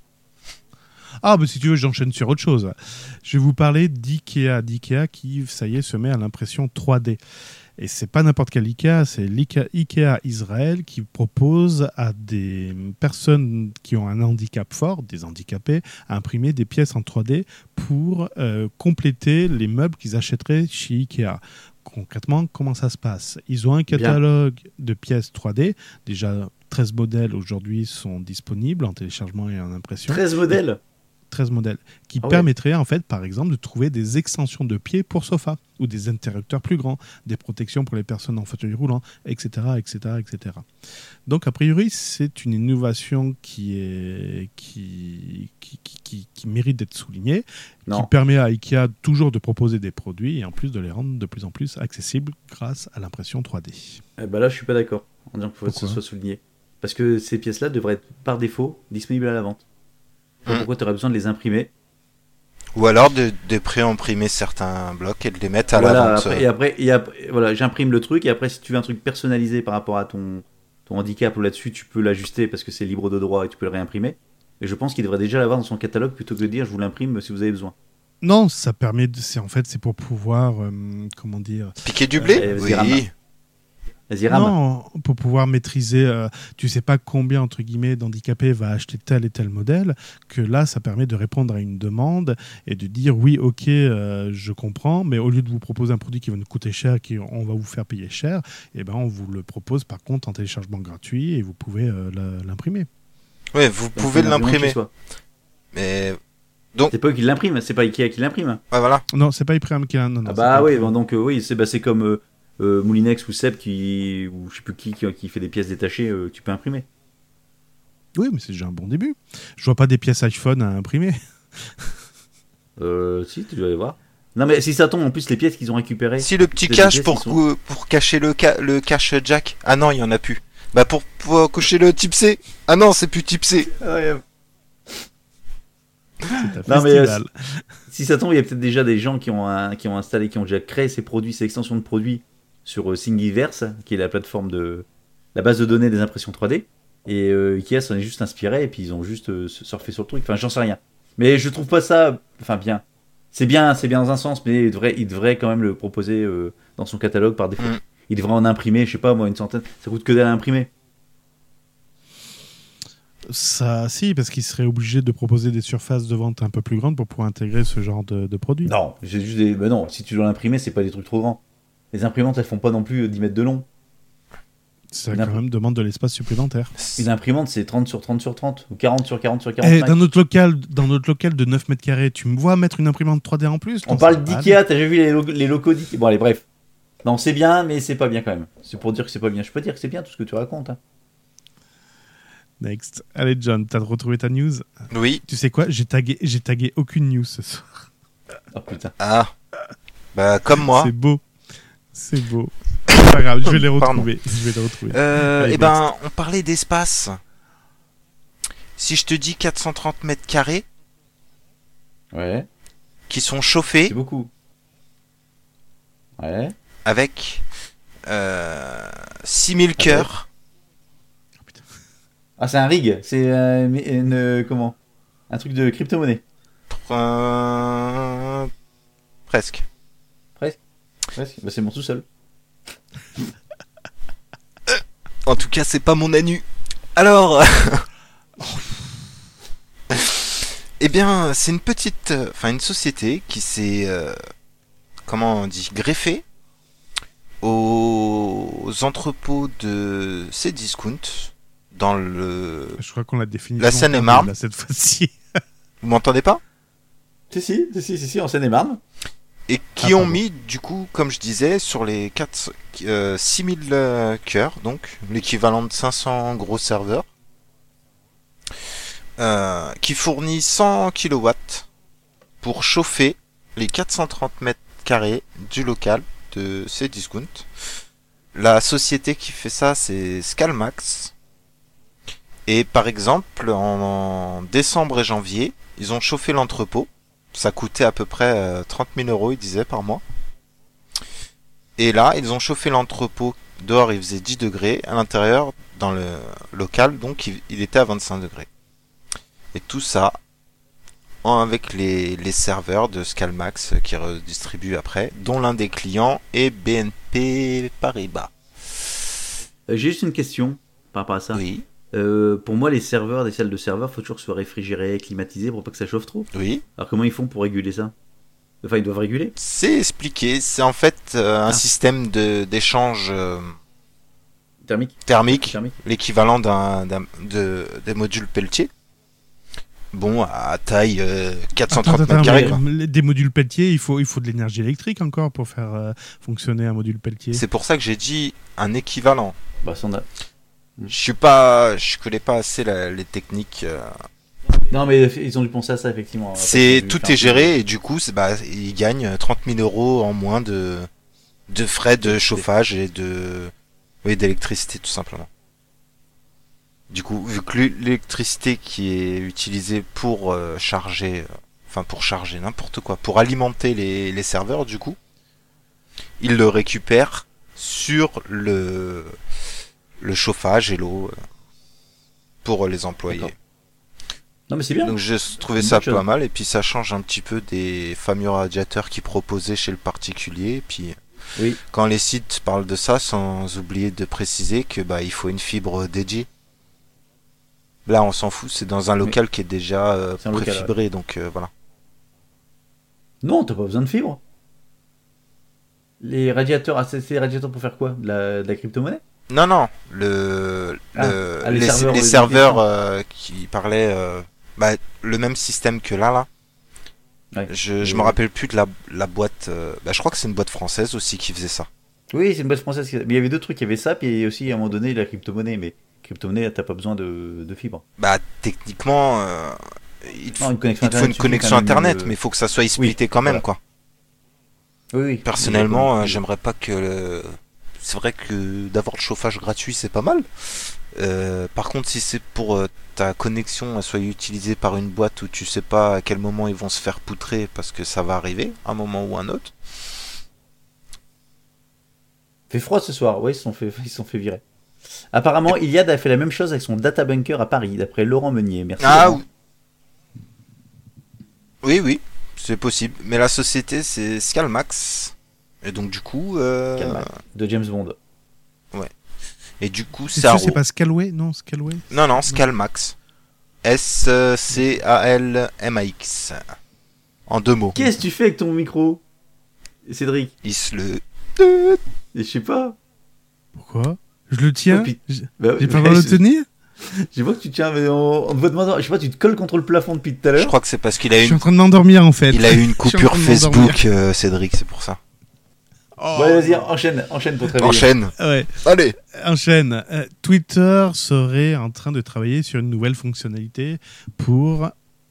Speaker 4: Ah, bah si tu veux, j'enchaîne sur autre chose. Je vais vous parler d'IKEA. D'IKEA qui, ça y est, se met à l'impression 3D. Et c'est pas n'importe quel IKEA, c'est l'IKEA IKEA Israël qui propose à des personnes qui ont un handicap fort, des handicapés, à imprimer des pièces en 3D pour euh, compléter les meubles qu'ils achèteraient chez IKEA. Concrètement, comment ça se passe Ils ont un catalogue de pièces 3D. Déjà, 13 modèles aujourd'hui sont disponibles en téléchargement et en impression.
Speaker 3: 13 modèles.
Speaker 4: 13 modèles, qui
Speaker 3: Ah ouais.
Speaker 4: permettraient en fait, par exemple, de trouver des extensions de pieds pour sofa, ou des interrupteurs plus grands, des protections pour les personnes en fauteuil roulant, etc., etc., etc. Donc, a priori, c'est une innovation qui est qui qui, qui, qui- qui mérite d'être soulignée,
Speaker 3: Non.
Speaker 4: qui permet à Ikea toujours de proposer des produits et en plus de les rendre de plus en plus accessibles grâce à l'impression 3D.
Speaker 3: Eh ben là, je suis pas d'accord. En disant qu'il faut que ce
Speaker 4: Pourquoi
Speaker 3: soit souligné. Parce que ces pièces-là devraient être par défaut disponibles à la vente. Donc
Speaker 7: Mm.
Speaker 3: Pourquoi tu aurais besoin de les imprimer
Speaker 7: Ou alors de, de pré-imprimer certains blocs et de les mettre à euh, la
Speaker 3: voilà,
Speaker 7: vente.
Speaker 3: après, et après, et après- voilà, j'imprime le truc et après si tu veux un truc personnalisé par rapport à ton, ton handicap ou là-dessus, tu peux l'ajuster parce que c'est libre de droit et tu peux le réimprimer. Et je pense qu'il devrait déjà l'avoir dans son catalogue plutôt que de dire je vous l'imprime si vous avez besoin.
Speaker 4: Non, ça permet. De... C'est en fait, c'est pour pouvoir, euh, comment dire.
Speaker 7: Piquer du blé
Speaker 3: Euh, vas-y,
Speaker 7: Oui.
Speaker 3: rame. Vas-y, rame.
Speaker 4: Non, pour pouvoir maîtriser. euh, tu sais pas combien entre guillemets d'handicapés va acheter tel et tel modèle. Que là, ça permet de répondre à une demande et de dire oui, ok, euh, je comprends, mais au lieu de vous proposer un produit qui va nous coûter cher, qui on va vous faire payer cher, eh ben on vous le propose par contre en téléchargement gratuit et vous pouvez euh, la- l'imprimer.
Speaker 7: Ouais, vous
Speaker 3: Donc,
Speaker 7: pouvez
Speaker 3: on a loin de chez
Speaker 7: l'imprimer.
Speaker 3: soi.
Speaker 7: Mais
Speaker 3: C'est pas eux qui l'impriment, c'est pas Ikea qui l'imprime.
Speaker 7: ouais, voilà.
Speaker 4: Non, c'est pas Iprem qui l'a. non, non,
Speaker 3: Ah
Speaker 4: c'est
Speaker 3: bah
Speaker 4: pas
Speaker 3: oui,
Speaker 4: Iprem.
Speaker 3: bon, donc euh, oui, c'est bah, c'est comme euh, euh, Moulinex ou Seb qui, ou je sais plus qui, qui, qui fait des pièces détachées, euh, que tu peux imprimer.
Speaker 4: Oui, mais c'est déjà un bon début. Je vois pas des pièces iPhone à imprimer. *laughs*
Speaker 3: Euh, si, tu dois aller voir. Non mais si ça tombe, en plus les pièces qu'ils ont récupérées.
Speaker 7: Si le petit
Speaker 3: Des
Speaker 7: cache
Speaker 3: pièces
Speaker 7: pour,
Speaker 3: qui
Speaker 7: cou- pour cacher le, ca- le cache jack. Ah non, il y en a plus. Bah pour pouvoir coucher le type C. Ah non, c'est plus type C.
Speaker 4: C'est un
Speaker 3: Non, mais, euh,
Speaker 4: festival.
Speaker 3: Si ça tombe, il y a peut-être déjà des gens qui ont, un- qui ont installé, qui ont déjà créé ces produits, ces extensions de produits sur euh, Thingiverse, qui est la plateforme de la base de données des impressions 3D. Et euh, Ikea s'en est juste inspiré et puis ils ont juste euh, surfé sur le truc. Enfin, j'en sais rien. Mais je trouve pas ça, enfin bien. C'est bien, c'est bien dans un sens, mais il devrait, il devrait quand même le proposer euh, dans son catalogue par défaut.
Speaker 7: Mm.
Speaker 3: Il devrait en imprimer, je sais pas moi, une centaine. Ça coûte que dalle à imprimer.
Speaker 4: Ça, si, parce qu'ils seraient obligés de proposer des surfaces de vente un peu plus grandes pour pouvoir intégrer ce genre de, de produit.
Speaker 3: Non, j'ai juste des. Mais non, si tu dois l'imprimer, c'est pas des trucs trop grands. Les imprimantes, elles font pas non plus euh, 10 mètres de long.
Speaker 4: Ça,
Speaker 3: Non.
Speaker 4: quand même, demande de l'espace supplémentaire.
Speaker 3: Une imprimante, c'est 30 sur 30 sur 30, ou 40 sur 40 sur 40.
Speaker 4: Et Eh, dans notre local, dans notre local de 9 mètres carrés, tu me vois mettre une imprimante 3D en plus
Speaker 3: On parle d'IKEA, t'as déjà vu les, lo- les locaux d'IKEA Bon, allez, bref. Non, c'est bien, mais c'est pas bien quand même. C'est pour dire que c'est pas bien. Je peux dire que c'est bien tout ce que tu racontes. hein.
Speaker 4: Next. Allez, John, t'as retrouvé ta news
Speaker 7: Oui.
Speaker 4: Tu sais quoi J'ai tagué, j'ai tagué aucune news ce soir.
Speaker 3: Oh putain.
Speaker 7: Ah. Bah comme moi.
Speaker 4: C'est beau. C'est beau. C'est pas grave, je vais les
Speaker 7: Pardon.
Speaker 4: retrouver. Je vais les retrouver.
Speaker 7: Euh,
Speaker 4: Allez,
Speaker 7: eh ben, on parlait d'espace. Si je te dis 430 mètres carrés
Speaker 3: Ouais,
Speaker 7: qui sont chauffés
Speaker 3: c'est beaucoup. Ouais.
Speaker 7: avec euh, 6000 cœurs.
Speaker 3: Ah, c'est un rig. C'est euh, mais- une. euh, comment Un truc de crypto-monnaie.
Speaker 7: euh, presque.
Speaker 3: Presque. Bah, c'est mon sous-sol.
Speaker 7: En tout cas, c'est pas mon anu. Alors. *laughs* eh bien, c'est une petite. euh, Enfin, une société qui s'est. euh, comment on dit Greffée aux entrepôts de Cdiscount dans le.
Speaker 4: Je crois qu'on l'a défini.
Speaker 7: La Seine-et-Marne.
Speaker 4: Là, cette *laughs* fois-ci.
Speaker 7: Vous m'entendez pas
Speaker 3: Si, si, si, si, si, si en Seine-et-Marne.
Speaker 7: Et qui
Speaker 4: Ah,
Speaker 7: ont
Speaker 4: pardon.
Speaker 7: mis, du coup, comme je disais, sur les 4, euh, 6000 euh, cœurs, donc l'équivalent de 500 gros serveurs, euh, qui fournit 100 kilowatts pour chauffer les 430 mètres carrés du local de Cdiscount. La société qui fait ça, c'est Scalmax. Et par exemple, en- en décembre et janvier, ils ont chauffé l'entrepôt ça coûtait à peu près euh, 30 000 euros, ils disaient, par mois. Et là, ils ont chauffé l'entrepôt. Dehors, il faisait 10 degrés. À l'intérieur, dans le local, donc, il, il était à 25 degrés. Et tout ça, en- avec les, les serveurs de Scalmax euh, qui redistribuent après, dont l'un des clients est BNP Paribas.
Speaker 3: Euh, J'ai juste une question par rapport à ça.
Speaker 7: Oui,
Speaker 3: Euh, pour moi, les serveurs des salles de serveurs, faut toujours que ce soit réfrigéré, climatisé pour pas que ça chauffe trop.
Speaker 7: oui.
Speaker 3: Alors comment ils font pour réguler ça Enfin, ils doivent réguler.
Speaker 7: C'est expliqué. C'est en fait euh, un
Speaker 3: Ah.
Speaker 7: système de- d'échange euh,
Speaker 3: Thermique.
Speaker 7: thermique
Speaker 3: Thermique.
Speaker 7: l'équivalent d'un, d'un- de, des modules Pelletier. Bon, à taille euh, 430
Speaker 4: Attends,
Speaker 7: mètres
Speaker 4: attends,
Speaker 7: carrés.
Speaker 4: mais,
Speaker 7: quoi.
Speaker 4: mais Des modules Pelletier, il faut, il faut de l'énergie électrique encore pour faire euh, fonctionner un module Pelletier.
Speaker 7: C'est pour ça que j'ai dit un équivalent.
Speaker 3: Bah, ça, on a-
Speaker 7: Je suis pas, je connais pas assez la- les techniques. euh.
Speaker 3: Non, mais ils ont dû penser à ça, effectivement.
Speaker 7: C'est
Speaker 3: Parce que-
Speaker 7: tout est géré et du coup, c'est, bah, ils gagnent 30 000 euros en moins de de frais de chauffage et de oui d'électricité tout simplement. Du coup, vu que l'é- l'électricité qui est utilisée pour euh, charger, euh, enfin pour charger n'importe quoi, pour alimenter les, les serveurs, du coup, ils le récupèrent sur le, le chauffage et l'eau euh, pour les employés.
Speaker 3: D'accord. Non, mais c'est bien.
Speaker 7: Donc j'ai s- trouvé
Speaker 3: Bonne
Speaker 7: ça
Speaker 3: chose.
Speaker 7: pas mal et puis ça change un petit peu des fameux radiateurs qui proposaient chez le particulier. Et puis
Speaker 3: Oui.
Speaker 7: quand les sites parlent de ça, sans oublier de préciser que bah il faut une fibre dédiée. Là on s'en fout, c'est dans un local qui est déjà euh,
Speaker 3: C'est un local,
Speaker 7: préfibré, donc euh, voilà.
Speaker 3: Non, t'as pas besoin de fibres. Les radiateurs, ah, c'est c'est les radiateurs pour faire quoi De la, de la crypto-monnaie
Speaker 7: Non non, le,
Speaker 3: Ah,
Speaker 7: le-
Speaker 3: ah, les
Speaker 7: les,
Speaker 3: serveurs,
Speaker 7: les
Speaker 3: les
Speaker 7: serveurs euh, qui parlaient euh, bah, le même système que là là.
Speaker 3: Ouais.
Speaker 7: Je, je
Speaker 3: Et-
Speaker 7: me rappelle plus de la, la boîte. euh, bah, je crois que c'est une boîte française aussi qui faisait ça.
Speaker 3: Oui, c'est une boîte française. qui- Mais il y avait deux trucs. Il y avait ça, puis il y a aussi à un moment donné la crypto-monnaie. Mais crypto-monnaie, t'as pas besoin de, de fibres.
Speaker 7: Bah techniquement, euh, il te
Speaker 3: Non,
Speaker 7: faut
Speaker 3: une connexion
Speaker 7: il te faut
Speaker 3: internet,
Speaker 7: une
Speaker 3: suffit
Speaker 7: connexion
Speaker 3: quand même,
Speaker 7: internet,
Speaker 3: euh,
Speaker 7: mais il faut que ça soit splitté quand même
Speaker 3: voilà.
Speaker 7: quoi.
Speaker 3: Oui, oui.
Speaker 7: Personnellement, euh,
Speaker 3: Mais-
Speaker 7: j'aimerais pas que. le- C'est vrai que d'avoir le chauffage gratuit c'est pas mal. Euh, par contre, si c'est pour euh, ta connexion elle soit utilisée par une boîte où tu sais pas à quel moment ils vont se faire poutrer parce que ça va arriver, un moment ou un autre.
Speaker 3: Fait froid ce soir, ouais, ils se sont fait, ils se sont fait virer. Apparemment, Iliad a fait la même chose avec son data bunker à Paris, d'après Laurent Meunier. Merci.
Speaker 7: Ah
Speaker 3: Laurent.
Speaker 7: ou- oui, oui, c'est possible. Mais la société c'est Scalmax. Et donc du coup, euh,
Speaker 3: Scalmax. De James Bond.
Speaker 7: et du coup,
Speaker 4: C'est sûr,
Speaker 7: ça
Speaker 4: c'est pas Scalway Non, Scalway
Speaker 7: Non, non, Scalmax. S-C-A-L-M-A-X. En deux mots.
Speaker 3: Qu'est-ce que tu fais avec ton micro, Cédric
Speaker 7: Il se le...
Speaker 3: Je sais pas.
Speaker 4: Pourquoi Je le tiens
Speaker 3: Oh, putain.
Speaker 4: J'ai
Speaker 3: Bah,
Speaker 4: j'ai pas
Speaker 7: Euh,
Speaker 3: ouais,
Speaker 4: le droit de
Speaker 3: *laughs* je-
Speaker 4: le tenir
Speaker 3: Je vois que tu tiens, mais on, on te voit demander. Je sais pas, tu te colles contre le plafond depuis tout à
Speaker 7: Je
Speaker 3: l'heure.
Speaker 7: crois que c'est parce qu'il a
Speaker 4: Je
Speaker 7: eu
Speaker 4: suis en
Speaker 7: une...
Speaker 4: train de m'endormir en fait.
Speaker 7: Il a eu
Speaker 4: *laughs*
Speaker 7: une
Speaker 4: Je suis en
Speaker 7: coupure
Speaker 4: train de m'endormir.
Speaker 7: Facebook, euh, Cédric, c'est pour ça.
Speaker 4: Oh.
Speaker 3: Bon, allez, vas-y, enchaîne, enchaîne pour te réveiller.
Speaker 7: Enchaîne.
Speaker 4: Ouais.
Speaker 7: Allez.
Speaker 4: Enchaîne. Euh, Twitter serait en train de travailler sur une nouvelle fonctionnalité pour,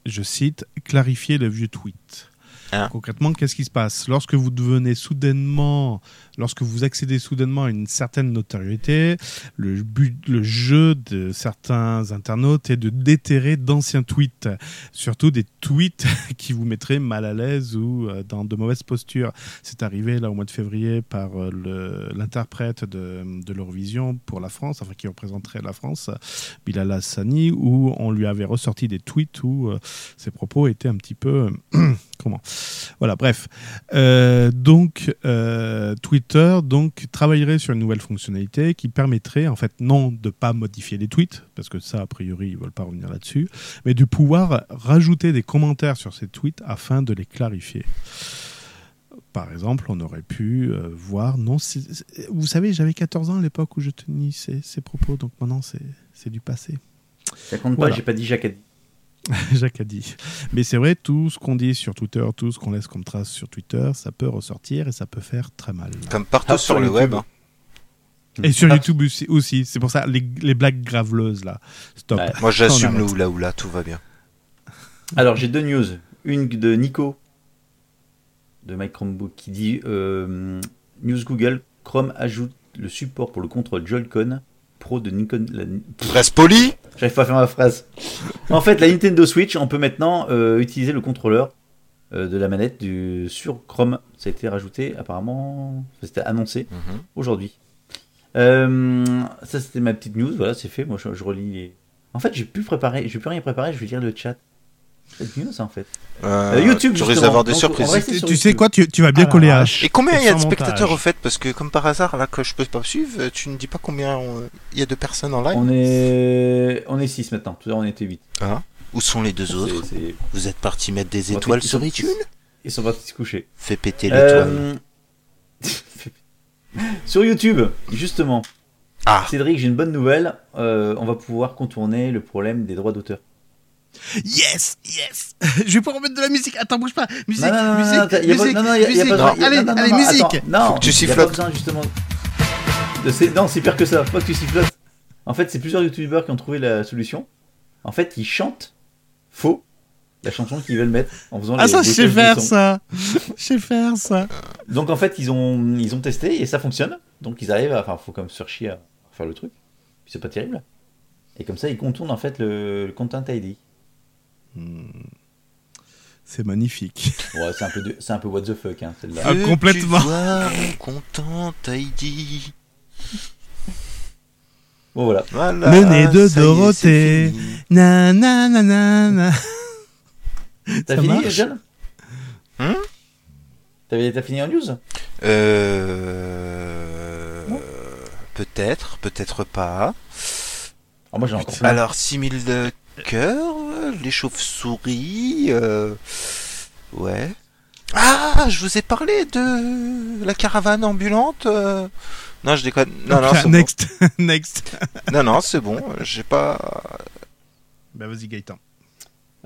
Speaker 4: je cite, clarifier le vieux tweet.
Speaker 7: Hein
Speaker 4: Concrètement, qu'est-ce qui se passe Lorsque vous devenez soudainement, lorsque vous accédez soudainement à une certaine notoriété, le, but, le jeu de certains internautes est de déterrer d'anciens tweets, surtout des tweets *laughs* qui vous mettraient mal à l'aise ou euh, dans de mauvaises postures. C'est arrivé là au mois de février par euh, le- l'interprète de, de l'Eurovision pour la France, enfin qui représenterait la France, Bilal Hassani, où on lui avait ressorti des tweets où euh, ses propos étaient un petit peu. *clears throat* euh, comment Voilà, bref. Euh, donc, euh, Twitter donc, travaillerait sur une nouvelle fonctionnalité qui permettrait, en fait, non de pas modifier les tweets, parce que ça, a priori, ils veulent pas revenir là-dessus, mais de pouvoir rajouter des commentaires sur ces tweets afin de les clarifier par exemple, on aurait pu euh, voir. Non, c'est- c'est- vous savez, j'avais 14 ans à l'époque où je tenais ces, ces propos, donc maintenant c'est c'est du passé. *laughs*
Speaker 3: Ça compte pas,
Speaker 4: Voilà.
Speaker 3: j'ai pas dit Jacques. a dit.
Speaker 4: Jacques a dit. Mais c'est vrai, tout ce qu'on dit sur Twitter, tout ce qu'on laisse comme trace sur Twitter, ça peut ressortir et ça peut faire très mal.
Speaker 7: Comme partout
Speaker 3: Ah,
Speaker 7: sur
Speaker 3: sur
Speaker 7: le
Speaker 3: YouTube.
Speaker 7: web. hein.
Speaker 4: Et sur
Speaker 3: Ah,
Speaker 4: YouTube aussi. aussi. C'est pour ça les, les blagues graveleuses là. Stop.
Speaker 3: Ouais.
Speaker 7: Moi, j'assume
Speaker 4: On
Speaker 7: le
Speaker 4: arrête.
Speaker 7: oula oula, tout va bien.
Speaker 3: Alors, j'ai deux news. Une de Nico, de Mike Chromebook, qui dit euh, News Google, Chrome ajoute le support pour le contrôle Joy-Con Pro de Nikon. la-
Speaker 7: Reste poli
Speaker 3: J'arrive pas à faire ma phrase. En fait, la Nintendo Switch, on peut maintenant euh, utiliser le contrôleur euh, de la manette du, sur Chrome. Ça a été rajouté apparemment, enfin, c'était annoncé
Speaker 7: Mhm.
Speaker 3: aujourd'hui. Euh, ça, c'était ma petite news. Voilà, c'est fait. Moi, je, je relis les. En fait, j'ai plus préparé, j'ai plus rien préparé. Je vais lire le chat. Cette news, en fait.
Speaker 7: Euh,
Speaker 3: Euh, YouTube,
Speaker 7: Tu risques
Speaker 3: justement.
Speaker 7: d'avoir des
Speaker 3: Donc, on
Speaker 7: surprises.
Speaker 3: reste
Speaker 4: Tu,
Speaker 3: sur
Speaker 4: tu sais
Speaker 3: YouTube.
Speaker 4: quoi tu, tu vas bien
Speaker 3: Ah la
Speaker 4: coller à
Speaker 3: vache.
Speaker 4: H.
Speaker 7: Et combien il y a de
Speaker 4: Sans
Speaker 7: spectateurs
Speaker 4: montage.
Speaker 7: au fait Parce que comme par hasard, là que je peux pas suivre, tu ne dis pas combien euh, il y a de personnes en live.
Speaker 3: On est, on est 6 maintenant. Tout à l'heure, on était 8
Speaker 7: Où sont les deux autres Vous êtes partis mettre des
Speaker 3: Bon,
Speaker 7: étoiles
Speaker 3: ils
Speaker 7: sur
Speaker 3: sont-
Speaker 7: iTunes
Speaker 3: Ils sont partis se coucher.
Speaker 7: Fais péter l'étoile.
Speaker 3: Euh, *laughs* Sur YouTube, justement.
Speaker 7: Ah.
Speaker 3: Cédric, j'ai une bonne nouvelle. Euh, on va pouvoir contourner le problème des droits d'auteur.
Speaker 4: Yes, yes. *laughs* Je vais pouvoir remettre de la musique. Attends, bouge pas. Musique,
Speaker 3: Non, non, non, non, non,
Speaker 4: musique,
Speaker 3: t'as- y a pas-
Speaker 4: musique,
Speaker 3: non, non, y a- y a
Speaker 4: musique.
Speaker 3: pas besoin- y a-
Speaker 4: Allez,
Speaker 3: non, non,
Speaker 4: allez,
Speaker 3: non,
Speaker 4: musique.
Speaker 3: attends, non,
Speaker 7: Faut que tu
Speaker 3: y a
Speaker 7: sifflotes.
Speaker 3: pas besoin, justement. de ces- Non, c'est pire que ça. Faut que tu sifflotes. En fait, c'est plusieurs youtubeurs qui ont trouvé la solution. En fait, ils chantent faux la chanson qu'ils veulent mettre en faisant
Speaker 4: Ah
Speaker 3: les-
Speaker 4: ça,
Speaker 3: les
Speaker 4: je sais
Speaker 3: tâches de
Speaker 4: faire
Speaker 3: son.
Speaker 4: ça. Je sais faire ça.
Speaker 3: Donc en fait, ils ont, ils ont testé et ça fonctionne. Donc ils arrivent à. Enfin, faut quand même se faire chier à faire le truc. Puis C'est pas terrible. Et comme ça, il contourne en fait le, le content ID.
Speaker 4: C'est magnifique.
Speaker 3: Ouais, c'est un, peu de- c'est un peu what the fuck, hein, celle-là.
Speaker 4: Ah,
Speaker 7: Veux-tu
Speaker 4: complètement.
Speaker 7: voir mon content ID
Speaker 3: Bon, voilà.
Speaker 7: Voilà,
Speaker 4: Le nez de
Speaker 7: ça y est,
Speaker 4: Dorothée.
Speaker 7: c'est fini.
Speaker 4: Na na na na na.
Speaker 3: T'as
Speaker 4: Ça
Speaker 3: fini,
Speaker 4: marche Hein
Speaker 3: John
Speaker 7: Hmm
Speaker 3: T'avais- T'as fini en news
Speaker 7: Euh... Peut-être, peut-être pas.
Speaker 3: Ah, Moi, j'ai encore plein.
Speaker 7: Alors, 6000 de cœur, les chauves-souris, euh... ouais. Ah, je vous ai parlé de la caravane ambulante. euh, Non, je déconne. Non, non, c'est bon.
Speaker 4: next, *laughs* next.
Speaker 7: Non, non, c'est bon. J'ai pas.
Speaker 4: Bah vas-y Gaëtan.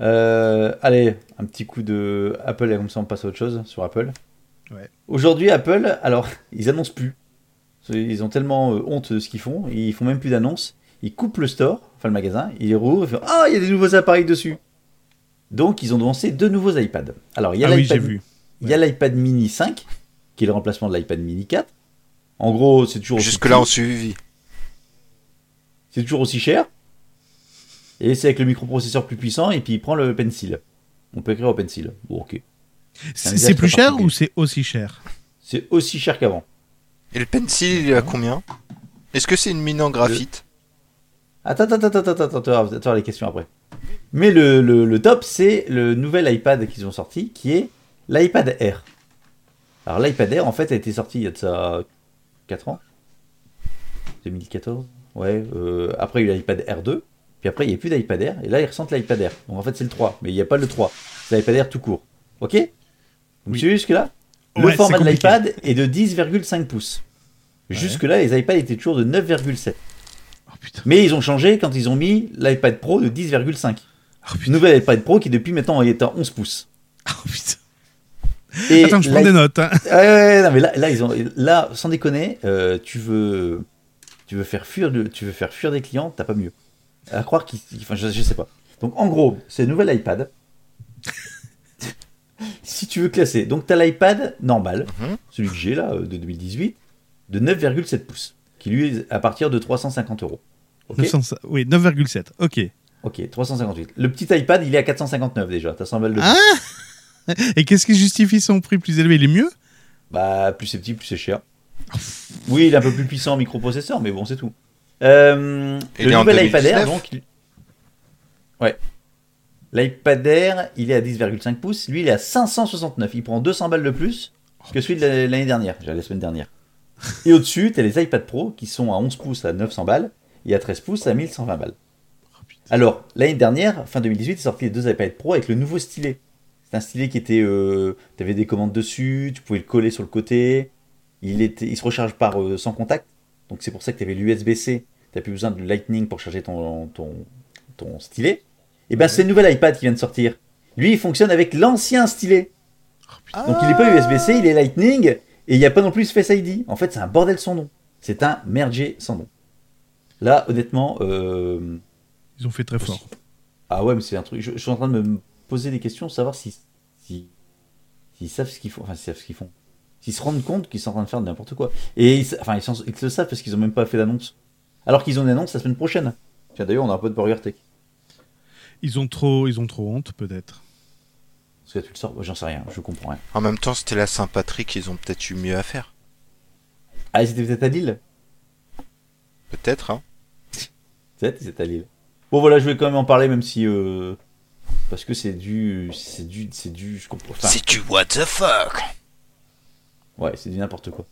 Speaker 3: Euh, allez, un petit coup de Apple, et comme ça on passe à autre chose sur Apple.
Speaker 4: Ouais.
Speaker 3: Aujourd'hui, Apple, alors, *laughs* ils annoncent plus. Ils ont tellement euh, honte de ce qu'ils font, ils font même plus d'annonces. Ils coupent le store, enfin le magasin, ils rouvrent, ils font, Ah, il y a des nouveaux appareils dessus Donc, ils ont lancé deux nouveaux iPads. Alors, il y a
Speaker 4: Ah oui,
Speaker 3: l'iPad-
Speaker 4: j'ai vu.
Speaker 3: il y a l'iPad mini 5, qui est le remplacement de l'iPad mini 4. En gros, Oh, c'est toujours. aussi
Speaker 7: Jusque-là,
Speaker 3: petit.
Speaker 7: on suivi.
Speaker 3: C'est toujours aussi cher. Et c'est avec le microprocesseur plus puissant, et puis il prend le pencil. On peut écrire au pencil. Bon, ok.
Speaker 4: C'est
Speaker 3: un
Speaker 4: c'est plus
Speaker 3: geste
Speaker 4: cher
Speaker 3: particulier.
Speaker 4: ou c'est aussi cher
Speaker 3: C'est aussi cher qu'avant.
Speaker 7: Et le pencil, il est à combien Est-ce que c'est une mine en graphite
Speaker 3: Attends, attends, attends, attends, attends, attends, attends, attends, les questions après. Mais le, le- le top, c'est le nouvel iPad qu'ils ont sorti, qui est l'iPad Air. Alors l'iPad Air, en fait, a été sorti il y a de ça 4 ans. 2014 Ouais. euh, après, il y a eu l'iPad Air 2. Puis après, il n'y a plus d'iPad Air. Et là, ils ressentent l'iPad Air. Donc en fait, c'est le 3. Mais il n'y a pas le 3. C'est l'iPad Air tout court. Ok Vous me
Speaker 4: Oui.
Speaker 3: suivez jusque-là Le
Speaker 4: Ouais, c'est
Speaker 3: format de
Speaker 4: compliqué.
Speaker 3: l'iPad est de 10,5 pouces. Jusque-là, les iPads étaient toujours de 9,7.
Speaker 4: Oh putain.
Speaker 3: Mais ils ont changé quand ils ont mis l'iPad Pro de 10,5.
Speaker 4: Oh putain.
Speaker 3: Nouvel iPad Pro qui depuis maintenant est à 11 pouces.
Speaker 4: *laughs* Oh, putain.
Speaker 3: Et
Speaker 4: Attends, je prends
Speaker 3: l'i-
Speaker 4: des notes. hein.
Speaker 3: Ouais, ouais, ouais, non, mais là, là, ils ont, là sans déconner, euh, tu veux, tu veux faire fuir, de- tu veux faire fuir des clients, t'as pas mieux. À croire qu'ils, qu'ils- enfin, je, je sais pas. Donc en gros, c'est le nouvel iPad. *laughs* si tu veux classer, donc t'as l'iPad normal,
Speaker 7: Mhm.
Speaker 3: celui que j'ai là euh, de 2018, de 9,7 pouces, qui lui est à partir de 350 euros. Ok
Speaker 4: 900 Oui, 9,7. Ok.
Speaker 3: Ok, 358. Le petit iPad, il est à 459 déjà. T'as 100 balles de
Speaker 4: Hein Et qu'est-ce qui justifie son prix plus élevé Il est mieux
Speaker 3: Bah, plus c'est petit, plus c'est cher. Oui, il est un peu plus puissant en microprocesseur, mais bon, c'est tout. Euh,
Speaker 7: Il
Speaker 3: le
Speaker 7: est en
Speaker 3: nouvel iPad
Speaker 7: 2019.
Speaker 3: Air, donc. il- Ouais. L'iPad Air, il est à 10,5 pouces. Lui, il est à 569. Il prend 200 balles de plus que celui de la- l'année dernière, déjà la semaine dernière. Et au-dessus, t'as les iPad Pro qui sont à 11 pouces à 900 balles et à 13 pouces à 1120 balles. Alors, l'année dernière, fin 2018, est sorti les deux iPad Pro avec le nouveau stylet. C'est un stylet qui était. Euh, tu avais des commandes dessus, tu pouvais le coller sur le côté. Il, était, il se recharge par euh, sans contact. Donc, c'est pour ça que tu avais l'USB-C. Tu n'as plus besoin du Lightning pour charger ton, ton, ton stylet. Et ben c'est le nouvel iPad qui vient de sortir. Lui, il fonctionne avec l'ancien stylet. Donc, il n'est pas USB-C, il est Lightning. Et il n'y a pas non plus Face ID. En fait, c'est un bordel sans nom. C'est un merdier sans nom. Là, honnêtement. euh,
Speaker 4: Ils ont fait très fort.
Speaker 3: ah ouais, mais c'est un truc. Je, je suis en train de me poser des questions, savoir si, si, s'ils savent ce qu'ils font. Enfin, s'ils savent ce qu'ils font. S'ils se rendent compte qu'ils sont en train de faire n'importe quoi. Et ils, sa- enfin, ils, s'en- ils le savent parce qu'ils ont même pas fait d'annonce. Alors qu'ils ont une annonce la semaine prochaine. Tiens, d'ailleurs, on a un peu de Burger Tech.
Speaker 4: Ils ont trop, ils ont trop honte peut-être.
Speaker 3: Parce que tu le sors, moi, j'en sais rien, je comprends rien.
Speaker 7: En même temps, c'était la Saint-Patrick, ils ont peut-être eu mieux à faire.
Speaker 3: Ah, ils étaient peut-être à Lille
Speaker 7: Peut-être, hein.
Speaker 3: Peut-être, ils étaient à Lille. Bon, voilà, je voulais quand même en parler, même si. euh, parce que c'est du. C'est du. C'est du. Je comprends. Enfin,
Speaker 7: C'est du what the fuck
Speaker 3: ouais, c'est du n'importe quoi.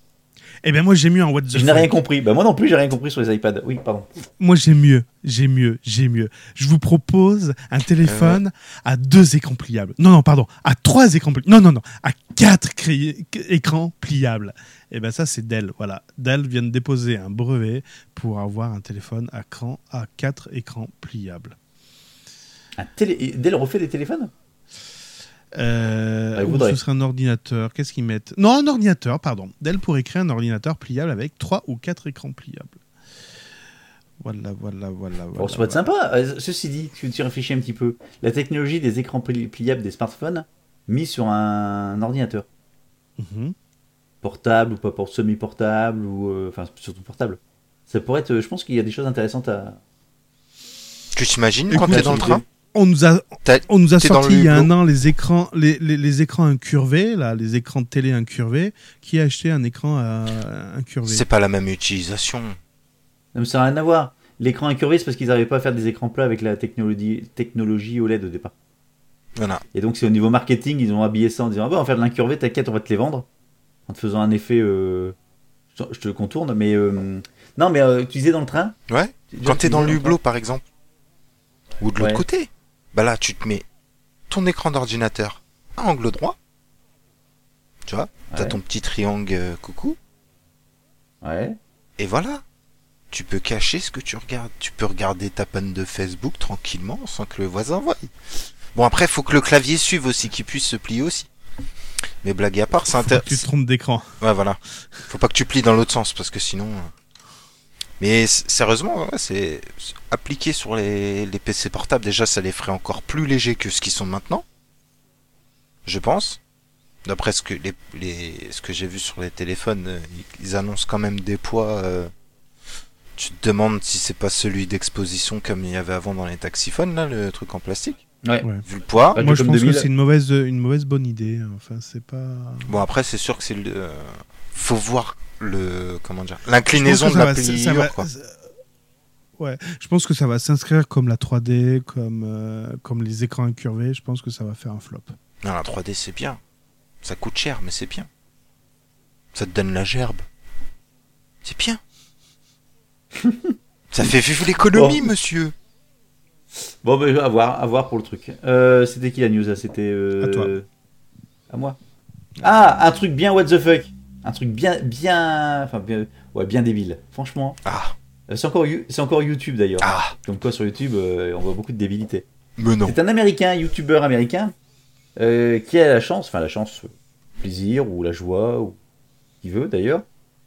Speaker 4: Eh ben moi j'ai mieux en what the
Speaker 3: Je n'ai
Speaker 4: fuck.
Speaker 3: rien compris. Bah, moi non plus, j'ai rien compris sur les iPads. Oui, pardon.
Speaker 4: Moi j'ai mieux, j'ai mieux, j'ai mieux. Je vous propose un téléphone à deux écrans pliables. Non non pardon, à trois écrans pliables. Non non non, à quatre cré- écrans pliables. Et ben ça c'est Dell. Voilà, Dell vient de déposer un brevet pour avoir un téléphone à cran à quatre écrans pliables.
Speaker 3: Un télé... et Dès le refait des téléphones
Speaker 4: Euh,
Speaker 3: Ah, il
Speaker 4: ou
Speaker 3: voudrait.
Speaker 4: ce serait un ordinateur. Qu'est-ce qu'ils mettent Non, un ordinateur, pardon. Dell pourrait créer un ordinateur pliable avec trois ou quatre écrans pliables. Voilà, voilà, voilà.
Speaker 3: Bon,
Speaker 4: voilà,
Speaker 3: ça peut être
Speaker 4: voilà.
Speaker 3: sympa. Euh, Ceci dit, tu, tu réfléchis un petit peu. La technologie des écrans pli- pliables des smartphones mis sur un ordinateur.
Speaker 4: Mhm.
Speaker 3: Portable ou pas pour euh, semi-portable, ou euh, enfin surtout portable. Ça pourrait être. Je pense qu'il y a des choses intéressantes à,
Speaker 7: Tu t'imagines
Speaker 4: Écoute,
Speaker 7: quand t'es dans le train
Speaker 4: On nous a,
Speaker 7: T'as-
Speaker 4: on nous a
Speaker 7: t'es dans
Speaker 4: sorti
Speaker 7: le
Speaker 4: il y a un
Speaker 7: hublot.
Speaker 4: an les écrans, les, les, les écrans incurvés, là, les écrans de télé incurvés. Qui a acheté un écran euh, incurvé
Speaker 7: C'est pas la même utilisation.
Speaker 3: Non, mais ça n'a rien à voir. L'écran incurvé, c'est parce qu'ils n'arrivaient pas à faire des écrans plats avec la technologie, technologie OLED au départ.
Speaker 7: Voilà.
Speaker 3: Et donc, c'est au niveau marketing, ils ont habillé ça en disant Ah bah, on va faire de l'incurvé, t'inquiète, on va te les vendre. En te faisant un effet. euh, Je te- je te contourne, mais. euh, Non, mais euh, tu disais dans le train
Speaker 7: Ouais.
Speaker 3: Tu-
Speaker 7: Quand t'es dans
Speaker 3: tu disais le
Speaker 7: l'hublot, par exemple, ou de l'autre
Speaker 3: Ouais.
Speaker 7: côté, bah là, tu te mets ton écran d'ordinateur à angle droit. Tu vois, t'as
Speaker 3: Ouais.
Speaker 7: ton petit triangle euh, coucou,
Speaker 3: train. Ouais.
Speaker 7: et voilà. Tu peux cacher ce que tu regardes. Tu peux regarder ta panne de Facebook tranquillement sans que le voisin voie. Bon, après, faut que le clavier suive aussi, qu'il puisse se plier aussi. Mais blague à part, c'est
Speaker 4: Faut que Tu
Speaker 7: intéressant.
Speaker 4: te trompes d'écran.
Speaker 7: Ouais, voilà. Faut pas que tu plies dans l'autre sens parce que sinon. euh. Mais s- sérieusement, ouais, c'est c'est- appliqué sur les, les PC portables. Déjà, ça les ferait encore plus légers que ce qu'ils sont maintenant. Je pense. D'après ce que les, les ce que j'ai vu sur les téléphones, euh, ils annoncent quand même des poids. euh, Tu te demandes si c'est pas celui d'exposition comme il y avait avant dans les taxiphones là, le truc en plastique.
Speaker 3: Ouais.
Speaker 4: Ouais.
Speaker 7: Vu le poids.
Speaker 3: Pas tout
Speaker 4: Moi, je
Speaker 3: comme
Speaker 4: pense
Speaker 3: 2000.
Speaker 4: que c'est une mauvaise, une mauvaise bonne idée. Enfin, c'est pas.
Speaker 7: Bon après c'est sûr que c'est le euh, faut voir le comment dire
Speaker 4: Je pense
Speaker 7: l'inclinaison
Speaker 4: que
Speaker 7: de
Speaker 4: ça
Speaker 7: la
Speaker 4: va- ça-
Speaker 7: pliure
Speaker 4: ça va-
Speaker 7: quoi.
Speaker 4: ça- Ouais, je pense que ça va s'inscrire comme la 3D, comme, euh, comme les écrans incurvés. Je pense que ça va faire un flop.
Speaker 7: Non la 3D c'est bien. Ça coûte cher mais c'est bien. Ça te donne la gerbe.
Speaker 4: *laughs*
Speaker 7: C'est bien. ça fait vivre l'économie
Speaker 3: Bon.
Speaker 7: monsieur.
Speaker 3: Bon, ben, à voir, à voir pour le truc. Euh, c'était qui la news là C'était. euh,
Speaker 4: À toi.
Speaker 3: À moi. Ah, un truc bien what the fuck. Un truc bien, bien, enfin, bien, ouais, bien débile. Franchement,
Speaker 7: Ah
Speaker 3: Euh, c'est encore, You- c'est encore YouTube d'ailleurs.
Speaker 7: ah
Speaker 3: Comme quoi sur YouTube, euh, on voit beaucoup de débilité.
Speaker 7: mais non.
Speaker 3: C'est un américain, youtubeur américain, euh, qui a la chance, enfin la chance, euh, plaisir ou la joie, ou qui veut d'ailleurs,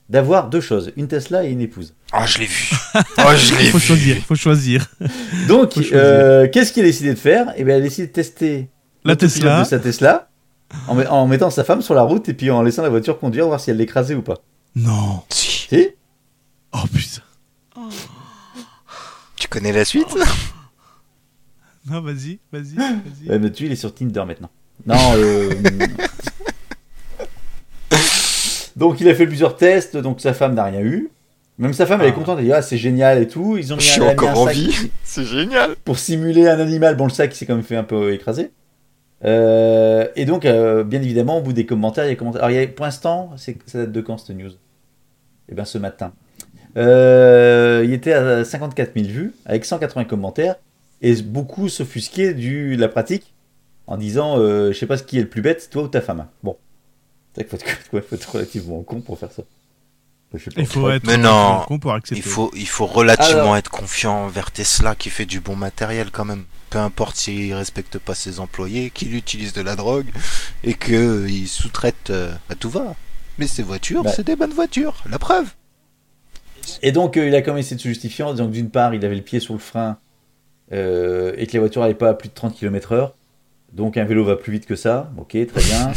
Speaker 3: d'avoir deux choses, une Tesla et une épouse.
Speaker 7: Ah je
Speaker 4: *laughs*
Speaker 7: l'ai vu. Ah je l'ai
Speaker 4: Faut choisir,
Speaker 7: vu.
Speaker 4: faut choisir.
Speaker 3: Donc,
Speaker 4: Faut choisir.
Speaker 3: euh, qu'est-ce qu'il a décidé de faire Eh bien, elle a décidé de tester
Speaker 4: La
Speaker 3: l'autopilote
Speaker 4: Tesla.
Speaker 3: de sa Tesla en, met- en mettant sa femme sur la route et puis en laissant la voiture conduire, voir si elle l'écrasait ou pas.
Speaker 4: Non.
Speaker 7: Si,
Speaker 3: Si
Speaker 4: Oh putain.
Speaker 7: tu connais
Speaker 4: *laughs*
Speaker 7: la suite
Speaker 4: Non, vas-y, vas-y, vas-y.
Speaker 3: Ouais, Euh, mais tu, il est sur Tinder maintenant. Non, euh... Donc, il a fait plusieurs tests, donc sa femme n'a rien eu. Même sa femme, elle est contente, elle dit Ah, c'est génial et tout. Ils ont mis
Speaker 7: Je
Speaker 3: un-
Speaker 7: suis
Speaker 3: elle a mis
Speaker 7: encore
Speaker 3: un
Speaker 7: en
Speaker 3: sac
Speaker 7: vie. *laughs* C'est génial.
Speaker 3: pour simuler un animal. Bon, le sac il s'est quand même fait un peu écraser. Euh, et donc, euh, bien évidemment, au bout des commentaires, il y a commentaires. Alors, il y a- pour l'instant, c'est- ça date de quand cette news Eh bien, ce matin. Euh, il était à 54 000 vues, avec 180 commentaires, et beaucoup s'offusquaient du- de la pratique en disant euh, Je sais pas ce qui est le plus bête, toi ou ta femme. Bon. C'est vrai qu'il faut, être- *laughs* faut être relativement con pour faire ça. Je sais pas.
Speaker 4: Il faut être
Speaker 7: Mais non.
Speaker 4: con pour accepter.
Speaker 7: Il faut, il faut relativement
Speaker 3: Alors-
Speaker 7: être confiant envers Tesla qui fait du bon matériel quand même. Peu importe s'il respecte pas ses employés, qu'il utilise de la drogue et que il sous-traite euh, à tout va. Mais ces voitures,
Speaker 3: Bah.
Speaker 7: c'est des bonnes voitures, la preuve.
Speaker 3: Et donc, euh, il a quand même essayé de se justifier en disant que d'une part, il avait le pied sur le frein euh, et que les voitures n'allaient pas à plus de 30 km/h. Donc, un vélo va plus vite que ça. Ok, très bien.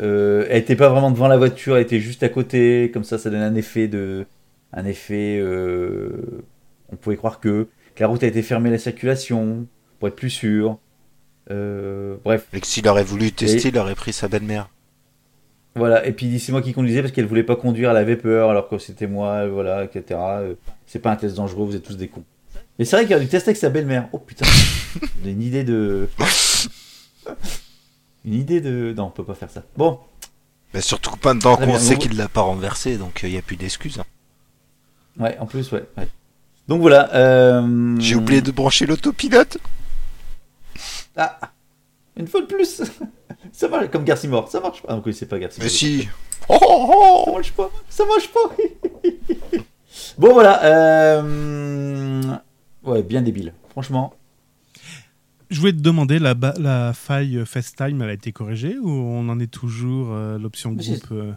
Speaker 3: Euh, elle n'était pas vraiment devant la voiture, elle était juste à côté. Comme ça, ça donne un effet de. Un effet. euh, on pouvait croire que, que la route a été fermée à la circulation pour être plus sûr. Euh, bref.
Speaker 7: Et que s'il aurait voulu tester,
Speaker 3: Et-
Speaker 7: il aurait pris sa belle-mère.
Speaker 3: Voilà, et puis il dit, c'est moi qui conduisais parce qu'elle voulait pas conduire, elle avait peur alors que c'était moi, voilà, etc. Euh, C'est pas un test dangereux, vous êtes tous des cons. Mais c'est vrai qu'il a dû tester avec sa belle-mère. Oh putain, j'ai une idée
Speaker 7: *laughs*
Speaker 3: de. Une idée de. Non, on peut pas faire ça. Bon,
Speaker 7: Mais Bah, surtout pas dedans
Speaker 3: Très
Speaker 7: qu'on
Speaker 3: bien,
Speaker 7: sait
Speaker 3: vous-
Speaker 7: qu'il l'a pas renversé, donc il n'y a plus d'excuses. hein.
Speaker 3: ouais, en plus, ouais. ouais. Donc voilà. euh,
Speaker 7: J'ai oublié de brancher l'autopilote.
Speaker 3: Ah, une fois de plus *laughs* Ça marche, comme Garcimore, ça marche pas. Ah, donc oui, c'est pas Garcimore.
Speaker 7: Mais si. Oh, oh,
Speaker 3: Ça
Speaker 7: oh.
Speaker 3: marche pas, ça marche pas. *laughs* bon voilà, euh... ouais, bien débile, franchement.
Speaker 4: Je voulais te demander, la, ba- la faille FaceTime, elle a été corrigée ou on en est toujours euh, l'option
Speaker 3: Mais c'est-
Speaker 4: groupe euh,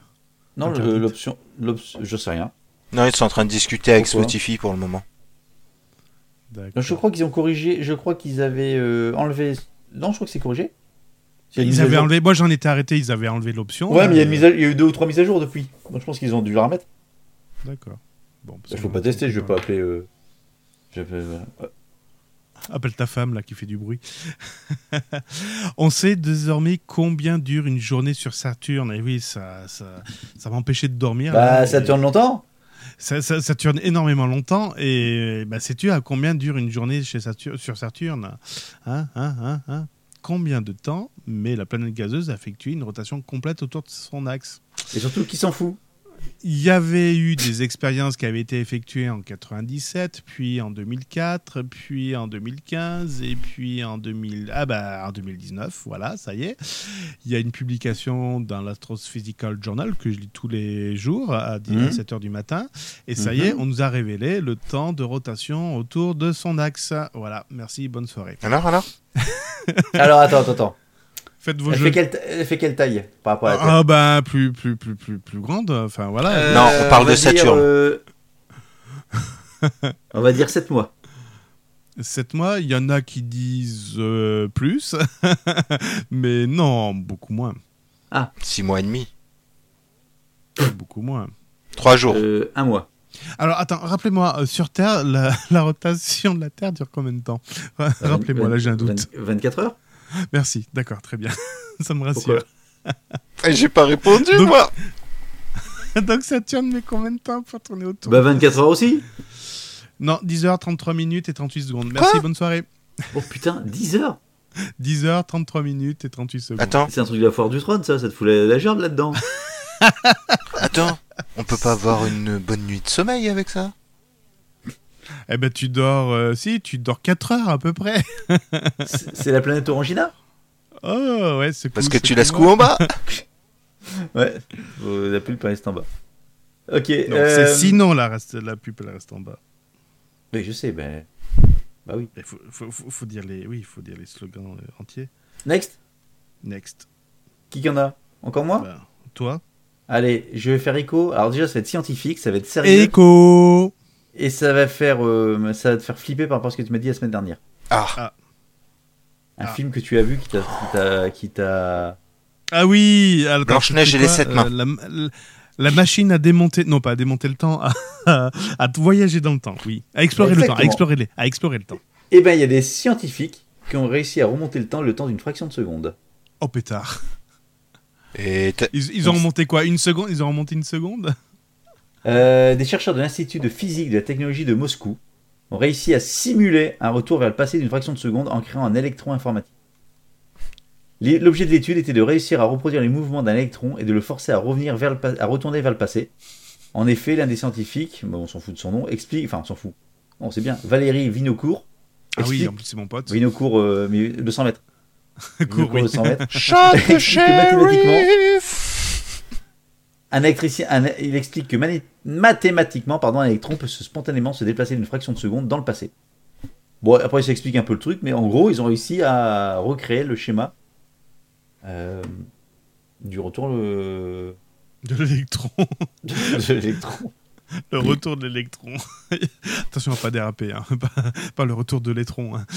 Speaker 3: Non,
Speaker 4: Interdite.
Speaker 3: le- l'option, l'option, je sais rien.
Speaker 7: Non, ils sont en train de discuter avec
Speaker 3: Pourquoi
Speaker 7: Spotify pour le moment.
Speaker 4: d'accord.
Speaker 3: Non, je crois qu'ils ont corrigé. Je crois qu'ils avaient euh, enlevé. Non, je crois que c'est corrigé. Il y a une
Speaker 4: Ils
Speaker 3: mise à
Speaker 4: avaient
Speaker 3: jour.
Speaker 4: enlevé. Moi, j'en étais arrêté. Ils avaient enlevé l'option.
Speaker 3: Ouais, mais il y, a une
Speaker 4: euh,
Speaker 3: mise à- il y a eu deux ou trois mises à jour depuis. Donc je pense qu'ils ont dû la remettre.
Speaker 4: Euh,
Speaker 3: Bah,
Speaker 4: D'accord. Bon, parce
Speaker 3: Je
Speaker 4: que
Speaker 3: peux pas
Speaker 4: on-
Speaker 3: tester. Je vais pas appeler. euh, je vais- euh,
Speaker 4: Appelle ta femme là qui fait du bruit. *laughs* On sait désormais combien dure une journée sur Saturne. Et oui, ça, ça, ça m'empêchait de dormir.
Speaker 3: Bah,
Speaker 4: là,
Speaker 3: ça
Speaker 4: et-
Speaker 3: tourne longtemps
Speaker 4: ça, ça- ça tourne énormément longtemps. Et bah, sais-tu à combien dure une journée chez Satur- sur Saturne Hein, hein, hein, hein Combien de temps met la planète gazeuse à effectuer une rotation complète autour de son axe
Speaker 3: Et surtout, qui s'en fout
Speaker 4: il y avait eu des expériences qui avaient été effectuées en 97, puis en 2004, puis en 2015, et puis en 2000, ah bah, en 2019, voilà, ça y est. Il y a une publication dans l'Astrophysical Journal que je lis tous les jours à
Speaker 3: Mhm.
Speaker 4: 17h du matin, et ça y est, on nous a révélé le temps de rotation autour de son axe. Voilà, merci, bonne soirée.
Speaker 7: Alors, alors
Speaker 3: Alors, attends, attends, attends.
Speaker 4: Faites vos
Speaker 3: Elle
Speaker 4: jeux.
Speaker 3: fait, quelle, ta- elle fait quelle taille par rapport à la Terre
Speaker 4: Ah bah plus plus plus plus plus grande. Enfin voilà.
Speaker 3: Euh,
Speaker 7: Non, on parle
Speaker 3: va
Speaker 7: de
Speaker 3: dire,
Speaker 7: Saturne.
Speaker 3: euh, *laughs* on va dire 7 mois.
Speaker 4: 7 mois, il y en a qui disent euh, plus, *laughs* mais non, beaucoup moins,
Speaker 7: 6 mois et demi.
Speaker 4: beaucoup moins.
Speaker 7: 3 jours.
Speaker 3: Euh, un mois.
Speaker 4: Alors attends, rappelez-moi, euh, sur Terre, la, *laughs* la rotation de la Terre dure combien de temps
Speaker 3: Euh,
Speaker 4: Rappelez-moi, là j'ai un doute.
Speaker 3: 20 24 heures
Speaker 4: Merci, d'accord, très bien, *laughs* ça me
Speaker 3: Pourquoi
Speaker 4: rassure.
Speaker 7: Et Eh, J'ai pas répondu,
Speaker 4: Donc-
Speaker 7: moi
Speaker 4: *laughs* Donc Saturne met combien de temps pour tourner autour
Speaker 3: Bah 24 heures aussi
Speaker 4: Non, 10h33 minutes et 38 secondes. Merci, bonne soirée.
Speaker 3: Oh putain, 10 heures
Speaker 4: 10h33 minutes et 38 secondes.
Speaker 7: Attends,
Speaker 3: C'est un truc de la foire du trône ça, ça te fout la, la gerbe là-dedans.
Speaker 7: attends. On peut pas avoir une bonne nuit de sommeil avec ça
Speaker 4: Eh ben tu dors, euh, si, tu dors 4 heures à peu près.
Speaker 3: *laughs* C'est c'est la planète Orangina
Speaker 4: Oh ouais, c'est cool.
Speaker 7: Parce que
Speaker 4: c'est
Speaker 7: tu
Speaker 4: cool.
Speaker 7: la secoues en bas
Speaker 3: Ouais, Euh, la pulpe reste en bas. Ok.
Speaker 4: Non,
Speaker 3: euh,
Speaker 4: c'est sinon la, reste, la pub elle reste en bas.
Speaker 3: Mais je sais, ben. Bah oui.
Speaker 4: Il faut, faut- faut- faut dire les, oui, il faut dire les slogans euh, entiers.
Speaker 3: Next
Speaker 4: Next.
Speaker 3: Qui en a Encore
Speaker 7: Ah.
Speaker 3: moi
Speaker 4: Bah, toi.
Speaker 3: Allez, je vais faire écho. Alors déjà, ça va être scientifique, ça va être sérieux.
Speaker 4: Echo.
Speaker 3: Et ça va faire, euh, ça va te faire flipper par rapport à ce que tu m'as dit la semaine dernière.
Speaker 4: *laughs*
Speaker 7: Ah,
Speaker 3: Un
Speaker 4: Ah.
Speaker 3: film que tu as vu qui t'a, qui t'a, qui t'a-
Speaker 4: Ah oui. alors, attends,
Speaker 7: Blanche-Neige
Speaker 4: c'était
Speaker 7: et les
Speaker 4: quoi
Speaker 7: sept
Speaker 4: Euh,
Speaker 7: mains.
Speaker 4: la, la- la machine à démonter, non pas à démonter le temps, *laughs* à, à- à te voyager dans le temps. Oui. À explorer le temps. À
Speaker 3: Exactement.
Speaker 4: explorer les, à explorer le temps.
Speaker 3: Eh ben, il y a des scientifiques qui ont réussi à remonter le temps, le temps d'une fraction de seconde.
Speaker 4: Oh pétard. euh,
Speaker 7: et t'as-
Speaker 4: Ils, ils ont remonté quoi Une seconde Ils ont remonté une seconde
Speaker 3: Euh, des chercheurs de l'Institut de physique de la technologie de Moscou ont réussi à simuler un retour vers le passé d'une fraction de seconde en créant un électron informatique. L'é- L'objet de l'étude était de réussir à reproduire les mouvements d'un électron et de le forcer à, revenir vers le pa- à retourner vers le passé. En effet, l'un des scientifiques, bon, on s'en fout de son nom, explique, enfin on s'en fout, on sait bien, Valérie Vinocourt,
Speaker 4: Ah oui,
Speaker 3: explique-
Speaker 4: en plus c'est mon pote.
Speaker 3: Vinocourt, euh, mais 200 mètres,
Speaker 4: *laughs* Cours,
Speaker 3: Vinocourt
Speaker 4: oui.
Speaker 3: 200
Speaker 4: *laughs*
Speaker 3: mètres,
Speaker 7: Shot
Speaker 3: Explique que Un électricien, un- il explique que mani- mathématiquement, pardon, un électron peut se spontanément se déplacer d'une fraction de seconde dans le passé. Bon, après, ça explique un peu le truc, mais en gros, ils ont réussi à recréer le schéma euh, du retour le- *laughs*
Speaker 4: De l'électron.
Speaker 3: de l'électron.
Speaker 4: Le retour de l'électron. Attention à pas déraper, hein. pas, pas le retour de l'électron. hein.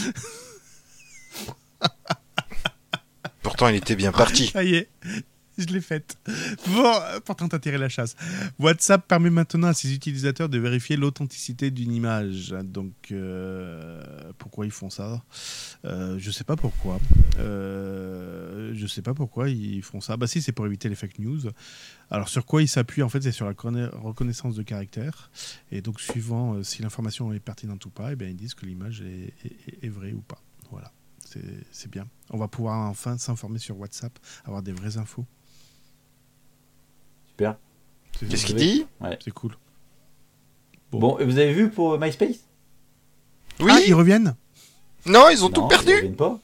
Speaker 7: Pourtant, il était bien parti.
Speaker 4: Ça y est, je l'ai faite. Bon, euh, pourtant t'as tiré la chasse. WhatsApp permet maintenant à ses utilisateurs de vérifier l'authenticité d'une image. Donc, euh, pourquoi ils font ça Euh, Je sais pas pourquoi. Euh, je sais pas pourquoi ils font ça. Bah si, c'est pour éviter les fake news. Alors sur quoi ils s'appuient en fait, c'est sur la conna- reconnaissance de caractère. Et donc suivant euh, si l'information est pertinente ou pas, eh bien, ils disent que l'image est, est- est- est vraie ou pas. Voilà, c'est c'est bien. On va pouvoir enfin s'informer sur WhatsApp, avoir des vraies infos.
Speaker 3: Super.
Speaker 4: C'est-
Speaker 7: Qu'est-ce qu'il dit
Speaker 4: C'est cool.
Speaker 3: Bon, et vous avez vu pour MySpace
Speaker 7: Oui
Speaker 4: Ah, ils reviennent
Speaker 7: Non, ils ont tout
Speaker 3: Non, Ils,
Speaker 7: perdu
Speaker 3: reviennent pas.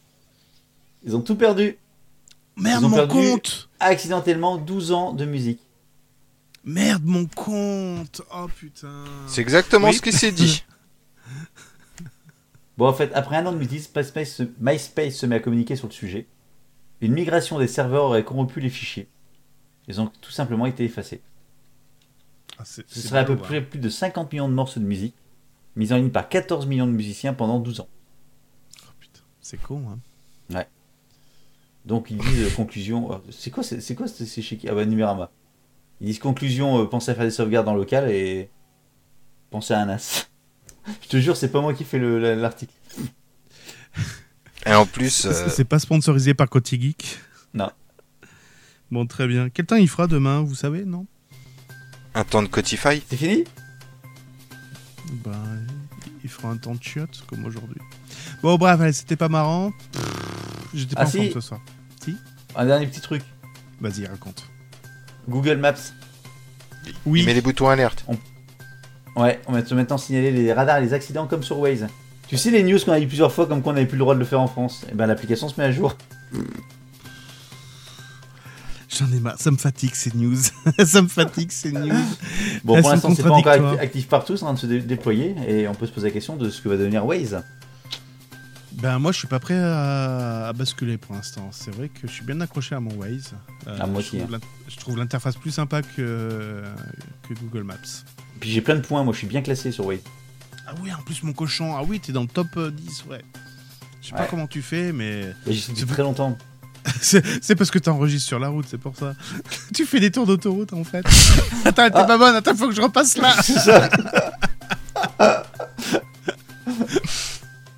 Speaker 3: Ils ont tout perdu.
Speaker 4: Merde
Speaker 3: Ils ont
Speaker 4: mon
Speaker 3: perdu-
Speaker 4: compte
Speaker 3: Accidentellement, 12 ans de musique.
Speaker 4: Merde mon compte Oh putain
Speaker 7: C'est exactement
Speaker 4: Oui.
Speaker 7: ce qu'il
Speaker 4: *laughs*
Speaker 7: s'est dit.
Speaker 3: Bon, en fait, après un an de musique, MySpace se, MySpace se met à communiquer sur le sujet. Une migration des serveurs aurait corrompu les fichiers. Ils ont tout simplement été effacés.
Speaker 4: Ah, c'est-
Speaker 3: Ce
Speaker 4: c'est
Speaker 3: serait à
Speaker 4: beau,
Speaker 3: peu
Speaker 4: hein.
Speaker 3: près plus de 50 millions de morceaux de musique, mis en ligne par 14 millions de musiciens pendant 12 ans.
Speaker 4: Oh, putain, C'est con hein.
Speaker 3: Donc ils disent euh, conclusion. euh, C'est quoi C'est c'est quoi c'est- c'est chez qui Ah bah Numérama. Ils disent conclusion, euh, pensez à faire des sauvegardes en local et *laughs* pensez à un as. Je te jure, c'est pas moi qui fais le- la- l'article.
Speaker 7: Et en plus, euh,
Speaker 4: C'est pas sponsorisé par Côté Geek
Speaker 3: Non.
Speaker 4: Bon, très bien. Quel temps il fera demain, vous savez, non
Speaker 7: euh, un temps de Cotify.
Speaker 3: C'est fini
Speaker 4: Ben, il fera un temps de chiottes, comme aujourd'hui. Bon, bref, allez, c'était pas marrant. Pff, J'étais pas
Speaker 3: Ah,
Speaker 4: en forme
Speaker 3: si.
Speaker 4: ce soir.
Speaker 3: Un dernier petit truc.
Speaker 4: Vas-y, raconte.
Speaker 3: Google Maps.
Speaker 4: Oui.
Speaker 7: Il met les boutons alerte.
Speaker 3: Ouais, on va te maintenant signaler les radars et les accidents comme sur Waze. Tu sais les news qu'on a eu plusieurs fois comme qu'on n'avait plus le droit de le faire en France Eh ben l'application se met à jour.
Speaker 4: J'en ai marre, ça me fatigue ces news. *laughs* ça me fatigue ces
Speaker 3: Euh,
Speaker 4: news.
Speaker 3: Bon,
Speaker 4: Ah.
Speaker 3: pour
Speaker 4: Elles sont
Speaker 3: l'instant, c'est pas encore acti-
Speaker 4: contradictoires.
Speaker 3: actif partout, c'est en train de se dé- déployer, et on peut se poser la question de ce que va devenir Waze.
Speaker 4: Ben moi je suis pas prêt à, à basculer pour l'instant. C'est vrai que je suis bien accroché à mon Waze. Euh,
Speaker 3: À moitié, hein.
Speaker 4: Je trouve l'in- je trouve l'interface plus sympa que, que Google Maps.
Speaker 3: Puis j'ai plein de points, moi je suis bien classé sur Waze.
Speaker 4: Ah oui, en plus mon cochon. Ah oui, t'es dans le top euh, 10, ouais. Je sais pas
Speaker 3: Ouais.
Speaker 4: comment tu fais, mais *laughs*
Speaker 3: Et J'y suis depuis
Speaker 4: C'est-
Speaker 3: très
Speaker 4: *laughs*
Speaker 3: longtemps.
Speaker 4: c'est c'est parce que t'enregistres sur la route, c'est pour ça. *laughs* tu fais des tours d'autoroute
Speaker 3: *laughs*
Speaker 4: en fait. attends,
Speaker 3: Ah.
Speaker 4: t'es pas bonne, attends, faut que je repasse là.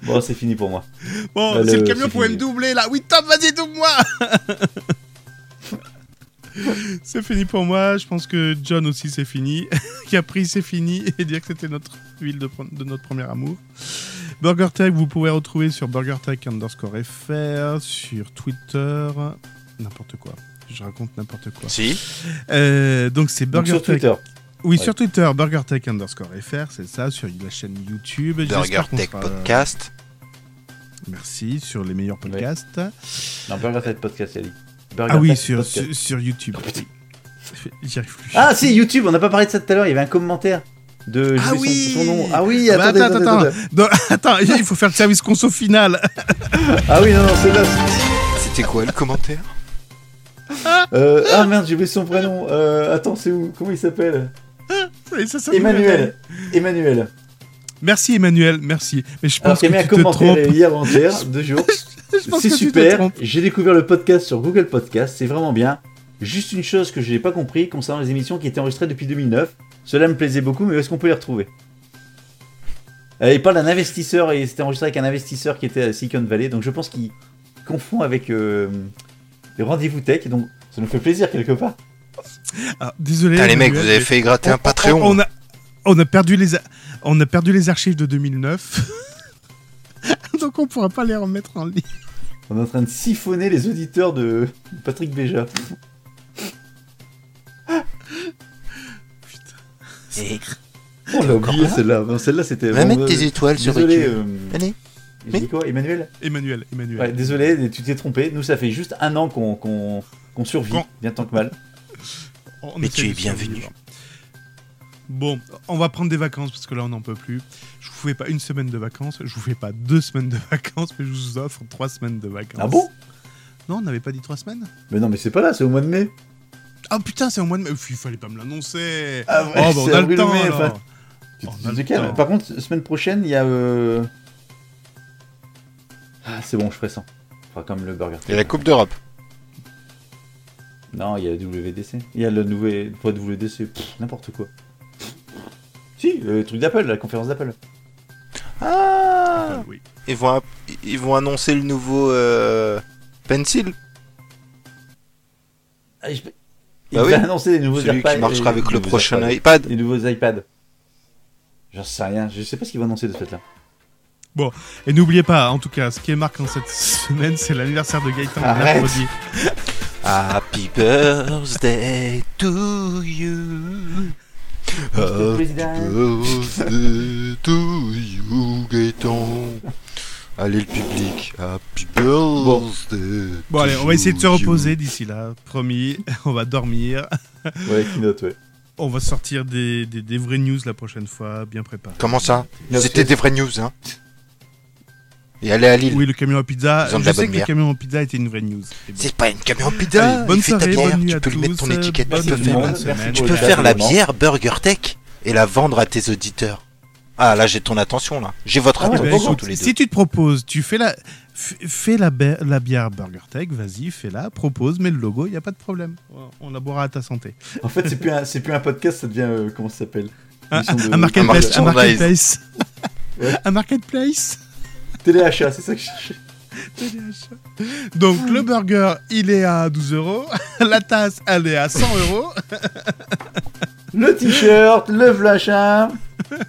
Speaker 3: Bon, c'est fini pour moi.
Speaker 4: Bon,
Speaker 3: Bah,
Speaker 4: si le
Speaker 3: le-
Speaker 4: camion
Speaker 3: c'est
Speaker 4: pouvait me
Speaker 3: fini.
Speaker 4: doubler là. Oui, top, vas-y, double-moi *laughs* C'est fini pour moi. Je pense que John aussi, c'est fini. *laughs* Capri, c'est fini. Et dire que c'était notre ville de, pre- de notre premier amour. BurgerTech, vous pouvez retrouver sur BurgerTech underscore FR, sur Twitter. N'importe quoi. Je raconte n'importe quoi.
Speaker 7: Si.
Speaker 4: Euh, donc, c'est
Speaker 3: Donc sur
Speaker 4: BurgerTech.
Speaker 3: Twitter.
Speaker 4: Oui,
Speaker 3: Ouais.
Speaker 4: sur Twitter, BurgerTech underscore FR, c'est ça, sur la chaîne YouTube.
Speaker 7: Burger
Speaker 4: J'espère qu'on
Speaker 7: Tech
Speaker 4: sera- euh,
Speaker 7: Podcast.
Speaker 4: Merci, sur les meilleurs podcasts.
Speaker 3: Non, Burger Tech Podcast, Ellie. Burger
Speaker 4: Ah oui,
Speaker 3: Tech
Speaker 4: sur,
Speaker 3: Podcast.
Speaker 4: sur, sur YouTube.
Speaker 3: Oh, putain.
Speaker 4: J'y arrive plus.
Speaker 3: Ah si, YouTube, on n'a pas parlé de ça tout à l'heure, il y avait un commentaire de...
Speaker 4: Ah
Speaker 3: j'ai oublié son- son
Speaker 4: oui
Speaker 3: nom. Ah oui,
Speaker 4: Ah bah,
Speaker 3: attendez,
Speaker 4: attends,
Speaker 3: attendez,
Speaker 4: attends.
Speaker 3: attendez.
Speaker 4: Non, attends, *laughs* il faut faire le service conso final. *laughs*
Speaker 3: Ah oui, non, non, c'est là.
Speaker 7: C'était quoi le commentaire
Speaker 3: Euh, ah merde, j'ai oublié son prénom. Euh, attends, c'est où Comment il s'appelle
Speaker 4: Et ça, ça me fait-
Speaker 3: Emmanuel. Emmanuel.
Speaker 4: Merci Emmanuel, merci. Mais je
Speaker 3: Alors
Speaker 4: pense
Speaker 3: qu'il y
Speaker 4: que
Speaker 3: avait un
Speaker 4: tu te
Speaker 3: commentaire
Speaker 4: trompes.
Speaker 3: hier, avant-hier, deux jours.
Speaker 4: *laughs* Je pense
Speaker 3: C'est
Speaker 4: que tu te
Speaker 3: super.
Speaker 4: trompes.
Speaker 3: J'ai découvert le podcast sur Google Podcast. C'est vraiment bien. Juste une chose que je n'ai pas compris concernant les émissions qui étaient enregistrées depuis 2009. Cela me plaisait beaucoup, mais où est-ce qu'on peut les retrouver Euh, Il parle d'un investisseur et c'était enregistré avec un investisseur qui était à Silicon Valley. Donc je pense qu'il confond avec euh, les rendez-vous tech. Donc ça nous fait plaisir quelque part.
Speaker 4: Ah, désolé.
Speaker 7: Putain, les mecs, vous
Speaker 4: Emmanuel,
Speaker 7: avez
Speaker 4: mais
Speaker 7: fait gratter
Speaker 4: on-
Speaker 7: un Patreon.
Speaker 4: On, on a, on, a perdu les, a- on a perdu les archives de 2009. *laughs* Donc on pourra pas les remettre en ligne.
Speaker 3: On est en train de siphonner les auditeurs de *laughs* Patrick Béja.
Speaker 7: Et
Speaker 3: On l'a
Speaker 7: encore
Speaker 3: oublié
Speaker 7: là
Speaker 3: celle-là. Non, Celle-là c'était.
Speaker 7: va
Speaker 3: vraiment-
Speaker 7: mettre tes étoiles sur
Speaker 3: Désolé.
Speaker 7: YouTube.
Speaker 3: euh,
Speaker 7: Allez.
Speaker 3: j'ai dit quoi, Emmanuel
Speaker 4: Emmanuel, Emmanuel.
Speaker 3: Ouais, désolé, tu t'es trompé. Nous, ça fait juste un an qu'on qu'on- qu'on survit,
Speaker 4: Quand-
Speaker 3: bien tant que mal.
Speaker 4: On
Speaker 7: Mais
Speaker 4: essaie
Speaker 7: tu es
Speaker 4: de
Speaker 7: bienvenu.
Speaker 4: survivre. hein. Bon, on va prendre des vacances parce que là on n'en peut plus. Je vous fais pas une semaine de vacances, je vous fais pas deux semaines de vacances, mais je vous offre trois semaines de vacances.
Speaker 3: Ah bon
Speaker 4: Non, on n'avait pas dit trois semaines
Speaker 3: Mais non, mais c'est pas là, c'est au mois de mai.
Speaker 4: Ah putain, c'est au mois de mai. Pff, Il fallait pas me l'annoncer.
Speaker 3: Ah ouais,
Speaker 4: oh, bah, on
Speaker 3: c'est
Speaker 4: a le
Speaker 3: avril,
Speaker 4: temps.
Speaker 3: mai,
Speaker 4: alors.
Speaker 3: enfin, Tu-
Speaker 4: Oh,
Speaker 3: tu
Speaker 4: on a
Speaker 3: te
Speaker 4: le
Speaker 3: calmes.
Speaker 4: temps.
Speaker 3: Par contre, semaine prochaine, il y a. euh, Ah, c'est bon, je ferai ça. Enfin, comme le Burger
Speaker 7: la Coupe d'Europe.
Speaker 3: Non, il y a la WDC. Il y a le nouvel. Pas WDC, pff, n'importe quoi. Si, le truc d'Apple, la conférence d'Apple.
Speaker 7: Ah
Speaker 4: Oui.
Speaker 7: ils vont, app- ils vont annoncer le nouveau euh, Pencil.
Speaker 3: Ah, je- Il
Speaker 7: Bah
Speaker 3: va
Speaker 7: oui.
Speaker 3: annoncer des nouveaux
Speaker 7: Celui
Speaker 3: iPads-
Speaker 7: qui marchera avec
Speaker 3: des
Speaker 7: le
Speaker 3: nouveaux
Speaker 7: prochain
Speaker 3: iPads.
Speaker 7: iPad.
Speaker 3: Les nouveaux iPads. J'en sais rien, je sais pas ce qu'ils vont annoncer de ce fait-là.
Speaker 4: Et n'oubliez pas, en tout cas, ce qui est marquant cette semaine, c'est l'anniversaire de Gaëtan le
Speaker 3: Arrête.
Speaker 4: mercredi.
Speaker 7: Happy birthday to you. Happy birthday to you, Gaëtan. Allez, le public. Happy birthday.
Speaker 4: Bon, allez, on va essayer de se
Speaker 7: to you.
Speaker 4: reposer d'ici là, promis. *laughs* On va dormir.
Speaker 3: Ouais, Keynote, ouais.
Speaker 4: On va sortir des, des, des vraies news la prochaine fois, bien préparé.
Speaker 7: Comment ça
Speaker 3: Bien
Speaker 7: C'était
Speaker 3: sûr.
Speaker 7: des vraies news, hein. Et allez à Lille.
Speaker 4: Oui, le camion à pizza.
Speaker 7: Ils ont de
Speaker 4: Je
Speaker 7: la
Speaker 4: sais
Speaker 7: bonne
Speaker 4: que le
Speaker 7: bière.
Speaker 4: camion à pizza était une vraie news. Et bon.
Speaker 7: C'est pas une camion pizza.
Speaker 4: Allez, bonne
Speaker 7: Il fait ta
Speaker 4: soirée,
Speaker 7: bière.
Speaker 4: bonne nuit
Speaker 7: Tu
Speaker 4: à
Speaker 7: peux lui mettre ton
Speaker 4: tous,
Speaker 7: étiquette.
Speaker 4: bonne
Speaker 7: Tu peux
Speaker 4: nuit,
Speaker 7: faire,
Speaker 4: bonne
Speaker 3: Merci
Speaker 4: semaine.
Speaker 7: tu
Speaker 3: pour
Speaker 7: peux
Speaker 3: le
Speaker 7: faire la
Speaker 3: gouvernement.
Speaker 7: bière Burger Tech et la vendre à tes auditeurs. Ah là, j'ai ton attention là. J'ai votre
Speaker 3: Ah ouais,
Speaker 4: Eh ben,
Speaker 3: bon,
Speaker 7: attention
Speaker 4: écoute,
Speaker 7: tous les deux.
Speaker 4: si tu te proposes, tu fais la, f- fais la, ba- la bière Burger Tech, vas-y, fais-la, propose, mets le logo, il n'y a pas de problème. On la boira à ta santé.
Speaker 3: En fait, c'est plus, un- c'est plus un podcast, ça devient. euh, comment ça s'appelle
Speaker 4: Un,
Speaker 3: Une émission de-
Speaker 4: un marketplace. Un
Speaker 7: marchandise.
Speaker 4: marketplace. *laughs*
Speaker 3: Ouais.
Speaker 4: un marketplace.
Speaker 3: Téléachat, c'est ça que je cherchais.
Speaker 4: TDH. Donc le burger, il est à 12 euros. *laughs* La tasse, elle est à 100 euros.
Speaker 3: Le t-shirt, le flachin.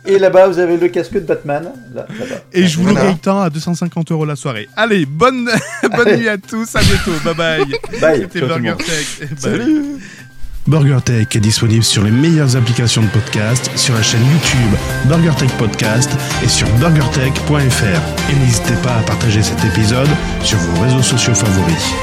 Speaker 3: Et là-bas, vous avez le casque de Batman. Là, là-bas.
Speaker 4: Et je vous le
Speaker 7: Voilà.
Speaker 4: réétends à 250 euros la soirée. Allez, bonne, *laughs* bonne nuit à tous. À bientôt. Bye bye.
Speaker 3: Bye,
Speaker 4: C'était
Speaker 3: ciao tout le
Speaker 4: Burger
Speaker 3: monde.
Speaker 4: Tech. Bye.
Speaker 6: BurgerTech est disponible sur les meilleures applications de podcast, sur la chaîne YouTube BurgerTech Podcast et sur burgertech.fr. Et n'hésitez pas à partager cet épisode sur vos réseaux sociaux favoris.